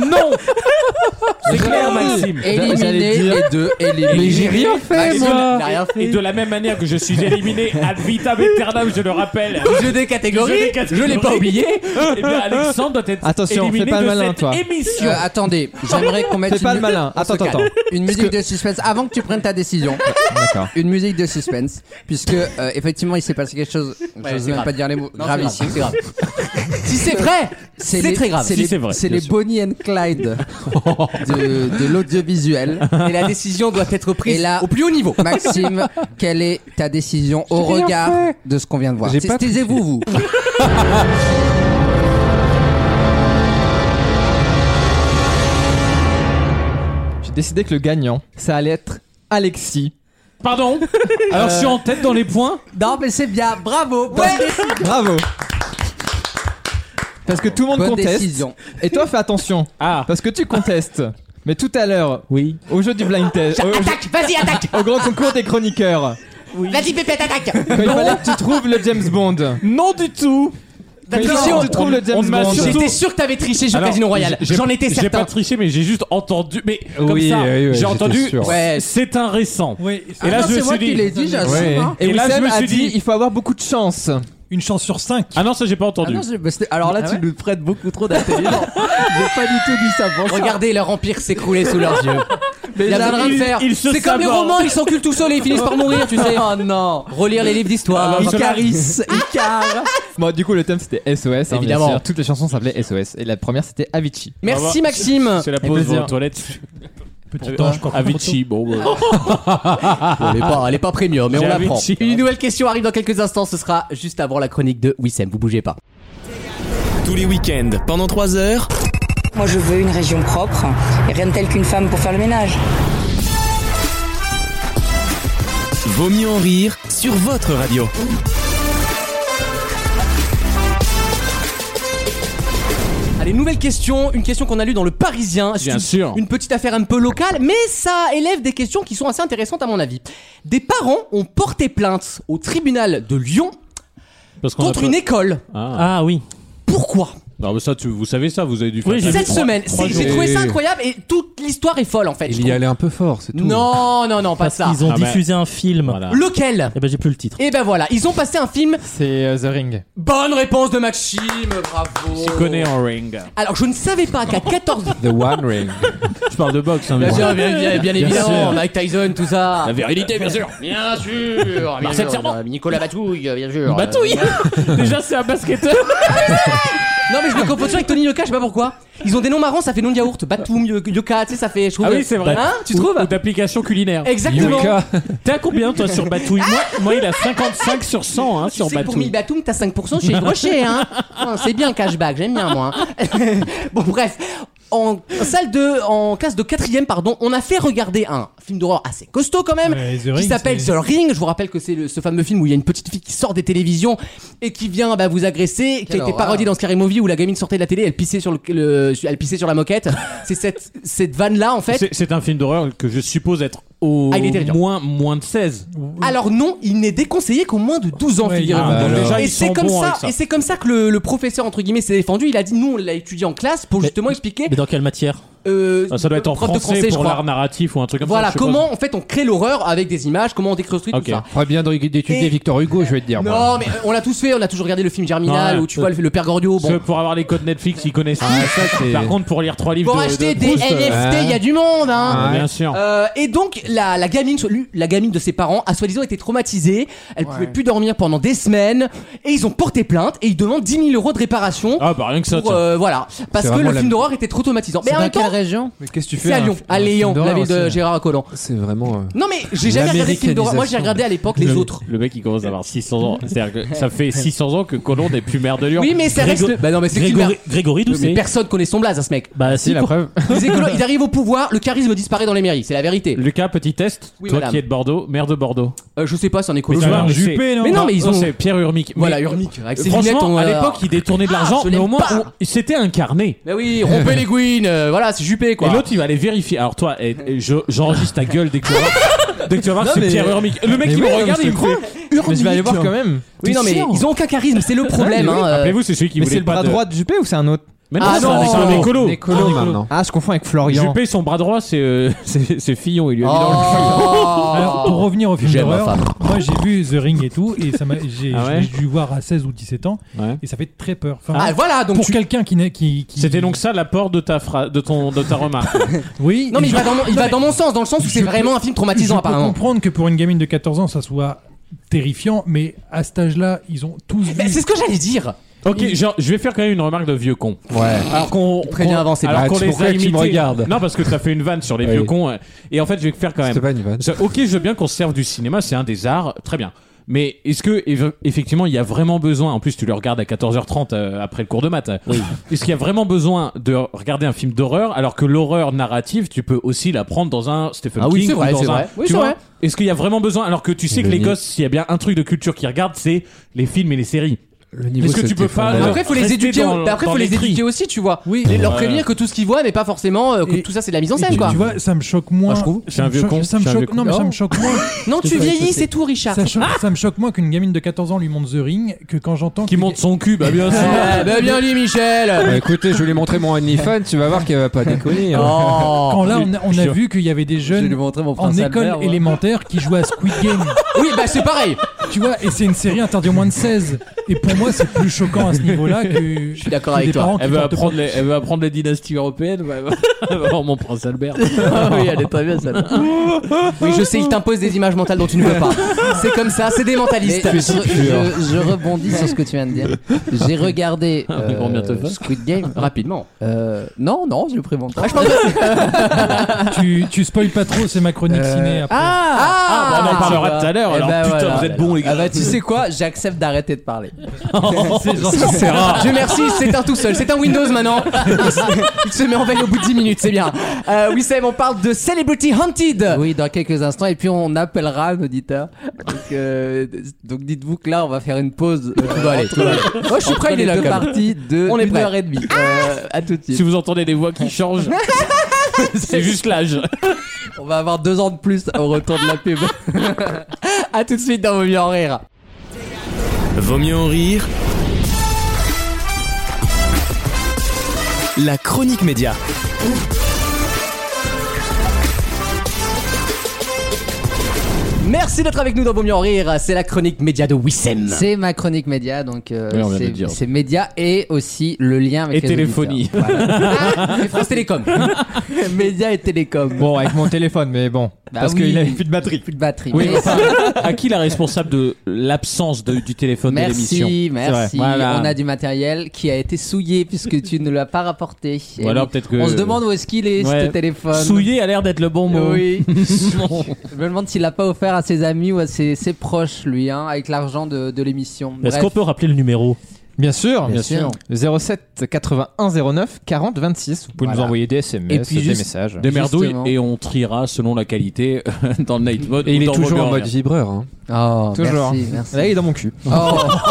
S5: Non C'est clair, Maxime.
S6: Éliminer J'allais dire- les deux, éliminer.
S5: Éliminer.
S6: Mais j'ai rien fait,
S5: Maxime
S6: moi.
S5: n'a
S6: rien fait.
S5: Et de la même manière que je suis éliminé ad vitam aeternam, je le rappelle.
S6: Du jeu des catégories,
S5: Du jeu
S6: je l'ai pas oublié.
S5: Eh bien, Alexandre doit être
S4: Attention,
S5: éliminé
S4: fais pas le
S5: de
S4: malin,
S5: cette
S4: toi.
S5: émission.
S6: Euh, attendez, j'aimerais qu'on mette
S4: Fais pas
S6: une
S4: le malin.
S6: On se
S4: Attends,
S6: calme.
S4: attends, attends.
S6: Une musique de suspense avant que tu prennes
S4: (laughs)
S6: ta décision.
S4: D'accord.
S6: Une musique de suspense, puisque euh, effectivement il s'est passé quelque chose. je
S2: c'est
S6: sais même
S2: grave.
S6: pas dire les mots.
S2: Non,
S6: grave
S2: c'est
S6: ici.
S2: grave, Si c'est vrai, c'est
S6: les-
S2: très grave.
S6: C'est
S2: Si
S6: les,
S2: c'est vrai,
S6: c'est
S2: bien
S6: les
S2: sûr.
S6: Bonnie and Clyde de, de l'audiovisuel.
S2: Et la décision doit être prise
S6: Et là,
S2: au plus haut niveau.
S6: Maxime, quelle est ta décision au
S2: J'ai rien
S6: regard
S2: fait.
S6: de ce qu'on vient de voir
S4: J'ai pas
S6: Taisez-vous, vous.
S4: J'ai décidé que le gagnant, ça allait être Alexis.
S5: Pardon
S4: Euh,
S5: Alors, je suis en tête dans les points.
S6: Non, mais c'est bien. Bravo. Bonne,
S4: Bravo. Parce que tout le monde
S6: bonne
S4: conteste.
S6: décision.
S4: Et toi, fais attention.
S5: Ah,
S4: Parce que tu contestes. Mais tout à l'heure,
S5: oui.
S4: au jeu du blind test, au,
S2: Attaque, vas-y, attaque.
S4: au grand concours des chroniqueurs,
S2: Vas-y, Pépette, attaque.
S4: quand il fallait que tu trouves le James Bond.
S5: Non du tout
S4: Mais
S2: D'accord.
S4: si on
S2: On-
S4: te trouve le James
S5: on m'a
S4: Bond.
S5: surtout-
S2: J'étais sûr que t'avais triché sur
S5: Alors,
S2: Casino Royal.
S5: j'ai-
S2: J'en étais
S5: J'ai pas
S2: certain.
S5: triché, mais j'ai juste entendu. Mais comme
S4: Oui,
S5: ça,
S4: oui, oui,
S5: j'ai
S4: j'étais
S5: entendu.
S4: sûr.
S5: Ouais, C'est un récent.
S3: Oui,
S5: Et là,
S6: non,
S5: je me
S6: c'est moi
S5: suis
S6: qui
S5: dit.
S6: l'ai dit, j'assume.
S4: Ouais.
S6: hein.
S4: Et,
S5: Et là,
S4: Wissem
S5: je me
S4: a
S5: suis
S4: dit,
S5: dit-
S4: il faut avoir beaucoup de chance.
S3: une chance sur cinq.
S5: Ah non, ça j'ai pas
S6: Ah
S5: entendu.
S6: non, c'est- bah, c'était- alors là,
S4: Ah ouais
S6: tu nous prêtes beaucoup trop
S5: (laughs)
S6: d'intelligence. J'ai pas du tout dit ça. pour ça.
S2: Regardez leur empire s'écrouler sous leurs
S5: (laughs)
S2: yeux.
S6: Mais
S2: Il y a
S6: là,
S2: rien de
S6: il-
S2: faire.
S5: il se
S2: C'est comme les
S5: saborde.
S2: romans, ils s'enculent tout seuls et ils finissent par mourir, tu sais.
S6: (laughs) Oh non.
S2: Relire les livres d'histoire.
S5: Ah, bah,
S6: Icaris, Icar.
S4: Bon, du coup, le thème c'était SOS. hein,
S2: Évidemment.
S4: bien sûr. Toutes les chansons s'appelaient SOS. Et la première c'était Avicii.
S2: (laughs) Merci Maxime.
S5: Bah, C'est la
S4: Avec
S5: pause
S4: plaisir.
S5: dans les toilettes. Euh,
S3: Petit ange, quoi.
S5: Avicii, bon. bah.
S2: elle, est pas, elle est pas premium, mais
S5: J'ai
S2: on la prend.
S5: Avicii.
S2: Une nouvelle question arrive dans quelques instants. Ce sera juste avant la chronique de Wissem. Vous bougez pas.
S1: Tous les week-ends, pendant 3 heures.
S9: Moi, je veux une région propre et rien de tel qu'une femme pour faire le ménage.
S1: Vaut mieux en rire sur votre radio.
S2: Allez, nouvelle question, une question qu'on a lue dans le Parisien. C'est
S5: Bien
S2: une-
S5: sûr.
S2: Une petite affaire un peu locale, mais ça élève des questions qui sont assez intéressantes à mon avis. Des parents ont porté plainte au tribunal de Lyon
S5: Parce qu'on a
S2: contre
S5: pas-
S2: une école.
S5: Ah.
S7: Ah oui.
S2: Pourquoi
S5: Non, mais ça, tu, vous savez ça, vous avez dû faire
S7: Oui,
S5: ça.
S7: j'ai vu
S2: Cette
S7: trois-
S2: semaine, c'est- j'ai
S10: jours.
S2: trouvé ça
S10: Et-
S2: incroyable et toute l'histoire est folle en fait. je
S10: Il y
S2: trouve.
S10: allait un peu fort, c'est tout.
S2: Non, non, non, pas
S7: Parce
S2: ça.
S7: qu'ils ont
S5: Ah, mais-
S7: diffusé un film.
S5: Voilà.
S2: Lequel
S7: Et ben j'ai plus le titre.
S2: Et ben voilà, ils ont passé un film.
S4: C'est euh, The Ring.
S2: Bonne réponse de Maxime, bravo.
S5: Tu connais hein. en ring.
S2: Alors je ne savais pas qu'à 14
S10: The One
S2: (laughs)
S10: Ring.
S5: Je parle de boxe, hein, mais
S2: Bien
S5: bon.
S2: sûr, bien, bien- bien évidemment,
S5: sûr.
S2: Mike Tyson, tout ça.
S5: La virilité, bien sûr.
S2: Bien sûr, bien
S5: Marcel
S2: sûr,
S5: Serment.
S2: euh, Nicolas Batouille, bien sûr.
S5: Batouille (laughs) Déjà, c'est un basketteur.
S2: Euh, Non mais je le confonds toujours avec Tony Yoka, je sais pas pourquoi. Ils ont des noms marrants, ça fait nom de yaourt. Batoum, Yo- Yoka, tu sais, ça fait. Je trouve,
S5: Ah oui, c'est vrai.
S2: Hein, tu
S5: Ou-
S2: trouves
S5: Ou d'application culinaire.
S2: Exactement.
S5: T'es à combien, toi, sur Batouille moi, moi, il a 55 sur 100 hein, sur
S2: Tu sais que pour 1000
S5: Batouille.
S2: Batoum, t'as 5% chez Rocher, hein. Hein, C'est bien le cashback, j'aime bien moi. hein. (laughs) bon bref, en salle de, en classe de quatrième, pardon, on a fait regarder un film d'horreur assez costaud quand même,
S3: Ouais, The
S2: qui
S3: Ring,
S2: s'appelle The
S3: c'est-
S2: Ring. Je vous rappelle que c'est le- ce fameux film où il y a une petite fille qui sort des télévisions et qui vient bah, vous agresser, qui
S6: Quelle
S2: a été
S6: horreur.
S2: parodiée dans Scary Movie où la gamine sortait de la télé, elle pissait sur le, le- elle pissait sur la moquette. c'est cette cette vanne là en fait.
S5: C'est- C'est un film d'horreur que je suppose être au
S2: Ah, il est terrifiant.
S5: moins, moins de 16.
S2: Alors non, il n'est déconseillé qu'au moins de 12 ans,
S3: Ouais,
S2: figurez-vous.
S5: ah, alors. Déjà,
S2: et
S5: ils
S2: c'est
S5: sont
S2: comme
S5: bons
S2: ça,
S5: avec ça.
S2: et c'est comme ça que le, le professeur entre guillemets s'est défendu. Il a dit nous on l'a étudié en classe pour justement expliquer.
S7: Mais dans quelle matière
S2: euh,
S5: Ah, ça doit être en
S2: prof de
S5: français,
S2: je
S5: pour
S2: crois.
S5: l'art narratif ou un truc comme
S2: Voilà
S5: ça. je suppose.
S2: comment en fait on crée l'horreur avec des images, comment on déconstruit
S5: Ok.
S2: tout ça.
S10: Très bien d'étudier
S2: Et-
S10: Victor Hugo, je vais te dire. moi.
S2: Non mais euh, on l'a tous fait, on a toujours regardé le film Germinal
S5: Ouais.
S2: où tu vois le, le père Gordio.
S5: Ceux
S2: Oh, Bon, Ah,
S5: pour avoir les codes Netflix, ils connaissent tout.
S10: c'est-
S5: Par contre, pour lire trois livres
S2: pour
S5: de,
S2: acheter
S5: de
S2: des
S5: Proust, euh,
S2: NFT, il y a du monde. Hein.
S10: Ah,
S5: Bien
S10: ouais.
S5: sûr.
S2: Euh, et donc la, la gamine, lui, la gamine de ses parents, a soi-disant été traumatisée. Elle pouvait plus dormir pendant des semaines. Et ils ont porté plainte et ils demandent 10 000 euros de réparation.
S5: Ah, bah rien que ça.
S2: pour,
S5: tiens.
S2: euh, voilà, parce
S10: C'est
S2: que
S10: vraiment
S2: le
S10: la-
S2: film d'horreur était trop traumatisant. Mais
S6: C'est
S2: en
S6: dans
S2: même
S6: quelle
S2: temps,
S6: région
S10: Mais qu'est-ce que tu fais
S2: c'est à
S10: un-
S2: Lyon, à
S10: un film
S2: Léon, la
S10: d'horreur,
S2: ville de
S10: c'est-
S2: Gérard Collomb.
S10: C'est vraiment. euh,
S2: Non mais j'ai jamais regardé le film d'horreur. Moi j'ai regardé à l'époque les
S5: Le-
S2: autres.
S5: Le mec, il commence à avoir 600 ans. C'est-à-dire que ça
S2: (laughs)
S5: fait 600 ans que Colomb n'est plus maire de Lyon.
S2: Oui mais ça reste.
S7: Grégo-
S2: le- Bah non mais c'est une
S7: Grégory, Grégory
S2: merde. Mais
S7: Doucet.
S2: personne connaît son blaze, hein, ce mec.
S7: Bah si,
S4: Si, la
S7: pour-
S4: preuve.
S2: Les écolos, ils arrivent au pouvoir, le charisme disparaît dans les mairies, c'est la vérité.
S5: Lucas, petit test.
S2: Oui,
S5: Toi
S2: madame.
S5: qui es de Bordeaux, maire de Bordeaux.
S2: Euh, je sais pas, c'est un écolo.
S5: Mais
S2: je
S5: ça
S2: vois.
S5: va,
S3: Edouard
S5: mais
S3: Juppé,
S5: c'est-
S3: non
S2: Mais non mais ils
S5: Non,
S2: ont.
S5: c'est Pierre Urmic.
S2: Voilà
S5: Mais-
S2: Urmic avec ses lunettes.
S5: Franchement,
S2: on,
S5: à
S2: euh,
S5: l'époque, il détournait de
S2: Ah,
S5: l'argent,
S2: je
S5: mais au
S2: l'aime
S5: moins,
S2: pas.
S5: on- c'était incarné.
S2: Bah oui, rompez les gouines, euh, voilà, si Juppé, quoi.
S5: Et l'autre, il va aller vérifier. Alors, toi, eh, eh, je- j'enregistre ta gueule dès que tu vas- dès que tu vas voir que
S2: Non,
S5: c'est
S2: mais-
S5: Pierre Urmic. Le mec,
S2: Mais
S5: il
S2: oui,
S5: me
S2: non,
S5: regarde
S2: mais
S5: et il
S2: je
S5: me
S2: te
S5: fait.
S2: crois. Mais je vais aller voir quand même. Oui, non, mais ils ont aucun charisme, c'est le problème, hein, euh.
S5: Ah, Rappelez-vous, c'est celui qui
S4: Mais
S5: voulait
S4: c'est le
S5: pas
S4: bras
S5: de-
S4: droit de Juppé ou c'est un autre
S5: Mais non, Ah c'est non, un- c'est un écolo. écolo Un écolo. maintenant.
S4: Ah, je confonds avec
S2: Oh,
S4: Florian.
S5: Juppé, son bras droit, c'est euh, (laughs) c'est c'est Fillon. Il lui a mis dans le cul.
S3: Alors,
S2: Oh.
S3: pour revenir au film
S5: J'aime ma
S3: d'horreur,
S5: femme.
S3: moi j'ai vu The Ring et tout, et ça m'a, j'ai,
S5: Ah ouais
S3: j'ai dû voir à 16 ou 17 ans,
S5: Ouais.
S3: et ça fait très peur. Enfin,
S5: Ah, voilà, donc
S3: hein, pour
S5: tu-
S3: quelqu'un qui, n'est- qui, qui-
S5: C'était donc ça l'apport de ta phrase, de ton, de
S2: (laughs)
S5: ta remarque.
S3: oui,
S2: Non, mais il
S3: je-
S2: va dans mon, il
S3: Non,
S2: va
S3: mais
S2: dans mon sens, dans le sens où c'est
S3: je
S2: vraiment
S3: peux-
S2: un film traumatisant,
S3: je peux
S2: apparemment.
S3: comprendre que pour une gamine de 14 ans, ça soit terrifiant, mais à cet âge-là, ils ont tous.
S2: Mais Eh ben, c'est ce que j'allais dire.
S5: Ok, genre, je vais faire quand même une remarque de vieux con.
S2: Ouais.
S5: Alors qu'on
S2: Très bien
S5: qu'on-
S2: avancé,
S5: alors
S2: Brad.
S5: qu'on les
S2: Pourquoi
S5: a
S2: tu me
S5: imités.
S2: regardes
S5: Non, parce que t'as fait une vanne sur les vieux cons. euh, Et en fait, je vais faire quand même.
S10: C'était pas une vanne.
S5: Ça- Ok, je veux bien qu'on se serve du cinéma, c'est un des arts, très bien. Mais est-ce que ev- effectivement il y a vraiment besoin En plus, tu le regardes à 14h30 euh, après le cours de maths. Est-ce qu'il y a vraiment besoin de regarder un film d'horreur alors que l'horreur narrative, tu peux aussi la prendre dans un Stephen
S2: Ah oui,
S5: King
S2: c'est vrai,
S5: ou dans
S2: c'est
S5: un-
S2: vrai. Oui,
S5: tu
S2: c'est
S5: vois
S2: vrai.
S5: Est-ce qu'il y a vraiment besoin alors que tu sais
S10: Le
S5: que les
S10: nid.
S5: gosses, s'il y a bien un truc de culture qu'ils regardent, c'est les films et les séries.
S10: niveau,
S5: Est-ce que tu
S10: c'était
S5: peux pas
S10: fondamental.
S5: leur
S2: Après, faut les
S5: rester
S2: éduquer.
S5: dans-
S2: bah, après,
S5: dans
S2: faut
S5: les
S2: les
S5: cris
S2: éduquer aussi, tu vois.
S3: Oui.
S2: Les- leur
S5: Ouais.
S2: prévenir que tout ce qu'ils voient n'est pas forcément euh, que
S3: Et-
S2: tout ça c'est de la mise en
S3: Et
S2: scène,
S3: tu-
S2: quoi.
S3: Tu vois, ça me choque moins.
S2: Ah, je trouve.
S5: Je suis un
S3: Ça me
S5: vieux
S3: choque-
S5: con,
S3: Ça
S5: je suis
S3: me
S5: un vieux
S3: choque.
S5: con.
S3: Non, mais ça
S5: Non.
S3: me
S2: (laughs)
S3: choque moins.
S2: Non, tu vieillis, c'est tout, Richard.
S3: Ça, choque- ça me choque moins qu'une gamine de 14 ans lui monte The Ring que quand j'entends.
S5: Qui
S3: que-
S5: monte son cul, bah bien sûr.
S2: (laughs) Eh ben, bien lui,
S10: Bah,
S2: Michel.
S10: écoutez, je vais lui montrer mon OnlyFans, tu vas voir qu'elle va pas déconner. hein.
S3: Quand
S2: Oh.
S3: là, on a, on a
S5: Je-
S3: vu qu'il y avait des
S6: Je vais lui
S3: jeunes
S6: montrer mon
S3: en
S6: prince
S3: école
S6: Albert, moi.
S3: élémentaire qui jouaient à Squid
S5: (laughs)
S3: Game.
S2: Oui, bah c'est pareil.
S3: Tu vois, et c'est une série interdite aux moins de 16. Et pour moi, c'est plus choquant à ce niveau-là que. Je
S2: suis d'accord avec toi.
S5: Elle veut, apprendre les, elle veut apprendre les dynasties européennes. bah, elle va- (laughs) elle va voir mon prince Albert.
S6: Ah oui, elle est très bien celle-là.
S2: Oui, je sais, il t'impose des images mentales dont tu ne veux pas. C'est comme ça, c'est des
S6: Mais
S2: mentalistes.
S6: je, je- je rebondis sur ce que tu viens de dire. J'ai regardé
S5: Ah, mais
S6: euh,
S5: combien te fait
S6: Squid Game.
S2: Rapidement.
S6: Euh, non, non, j'ai pris mon
S5: Ah,
S6: temps.
S3: Tu, tu spoil pas trop, c'est ma chronique ciné après.
S5: Euh, Ah, bah, on en parlera
S6: Euh, tu vois.
S5: tout à l'heure,
S6: Eh
S5: alors,
S6: ben,
S5: putain, vous êtes bons, les gars.
S6: Ah bah tu sais quoi, j'accepte d'arrêter de parler.
S5: (laughs) C'est rare.
S2: Dieu merci, c'est un tout seul, c'est un Windows
S5: (laughs)
S2: maintenant. Il se- Il se met en veille au bout de 10 minutes, c'est bien. Euh, oui, Sam, on parle de Celebrity Hunted.
S6: Oui, dans quelques instants, et puis on appellera un auditeur. Donc, euh, donc dites-vous que là, on va faire une pause. euh, entre-
S2: Oh, je suis prêt,
S6: entre
S2: il est
S6: les
S2: là.
S6: deux
S2: quand même.
S6: parties de
S2: On est
S6: 1
S2: prêt.
S6: heure et demie. Euh, à tout de suite.
S5: Si vous entendez des voix qui changent, c'est juste l'âge.
S6: On va avoir deux ans de plus au retour de la pub.
S2: (laughs) À tout de suite dans Vos mieux en rire.
S1: Vaut mieux en rire. La chronique média.
S2: Merci d'être avec nous dans Vaut mieux en rire. C'est la chronique média de Wissem.
S6: C'est ma chronique média, donc euh,
S5: Oui, on vient de
S6: c'est-
S5: le dire.
S6: c'est média et aussi le lien avec
S5: Et
S6: les
S5: téléphonie.
S6: auditeurs. Voilà.
S5: (laughs)
S6: Ah,
S2: C'est France (laughs) Télécom.
S6: média et télécom.
S4: Bon, avec mon téléphone, mais bon.
S6: Bah
S4: parce
S6: oui.
S4: qu'il avait plus de batterie.
S6: Plus de batterie.
S5: Oui, (laughs)
S6: Mais-
S5: enfin, à qui la responsable de l'absence de- du téléphone de l'émission
S6: Merci, merci.
S5: C'est vrai. Voilà.
S6: On a du matériel qui a été souillé puisque tu ne l'as pas rapporté. Et
S5: Ou alors
S6: oui.
S5: peut-être que.
S6: On se demande où est-ce qu'il est,
S5: Ouais.
S6: ce
S2: euh,
S6: téléphone.
S5: Souillé a l'air d'être le bon mot. (laughs)
S6: Oui. Je me demande s'il l'a pas offert à ses amis ou à ses, ses proches, lui, hein, avec l'argent de, de l'émission.
S7: Est-ce
S6: Bref.
S7: qu'on peut rappeler le numéro
S4: Bien sûr,
S6: Bien
S4: bien,
S6: sûr.
S4: sûr. 07 81 09 40 26. Vous pouvez
S6: Voilà.
S4: nous envoyer des
S6: Et
S4: SMS,
S6: puis
S4: des
S6: juste-
S4: messages.
S5: Des merdouilles
S6: Justement.
S5: et on triera selon la qualité euh, dans le night mode.
S10: Et
S5: ou
S10: il est
S5: dans
S10: toujours
S5: Robert
S10: en mode
S5: Rire.
S10: vibreur. hein.
S6: Oh,
S4: Toujours.
S6: Merci, merci.
S4: Là, il est dans mon cul.
S6: Oh,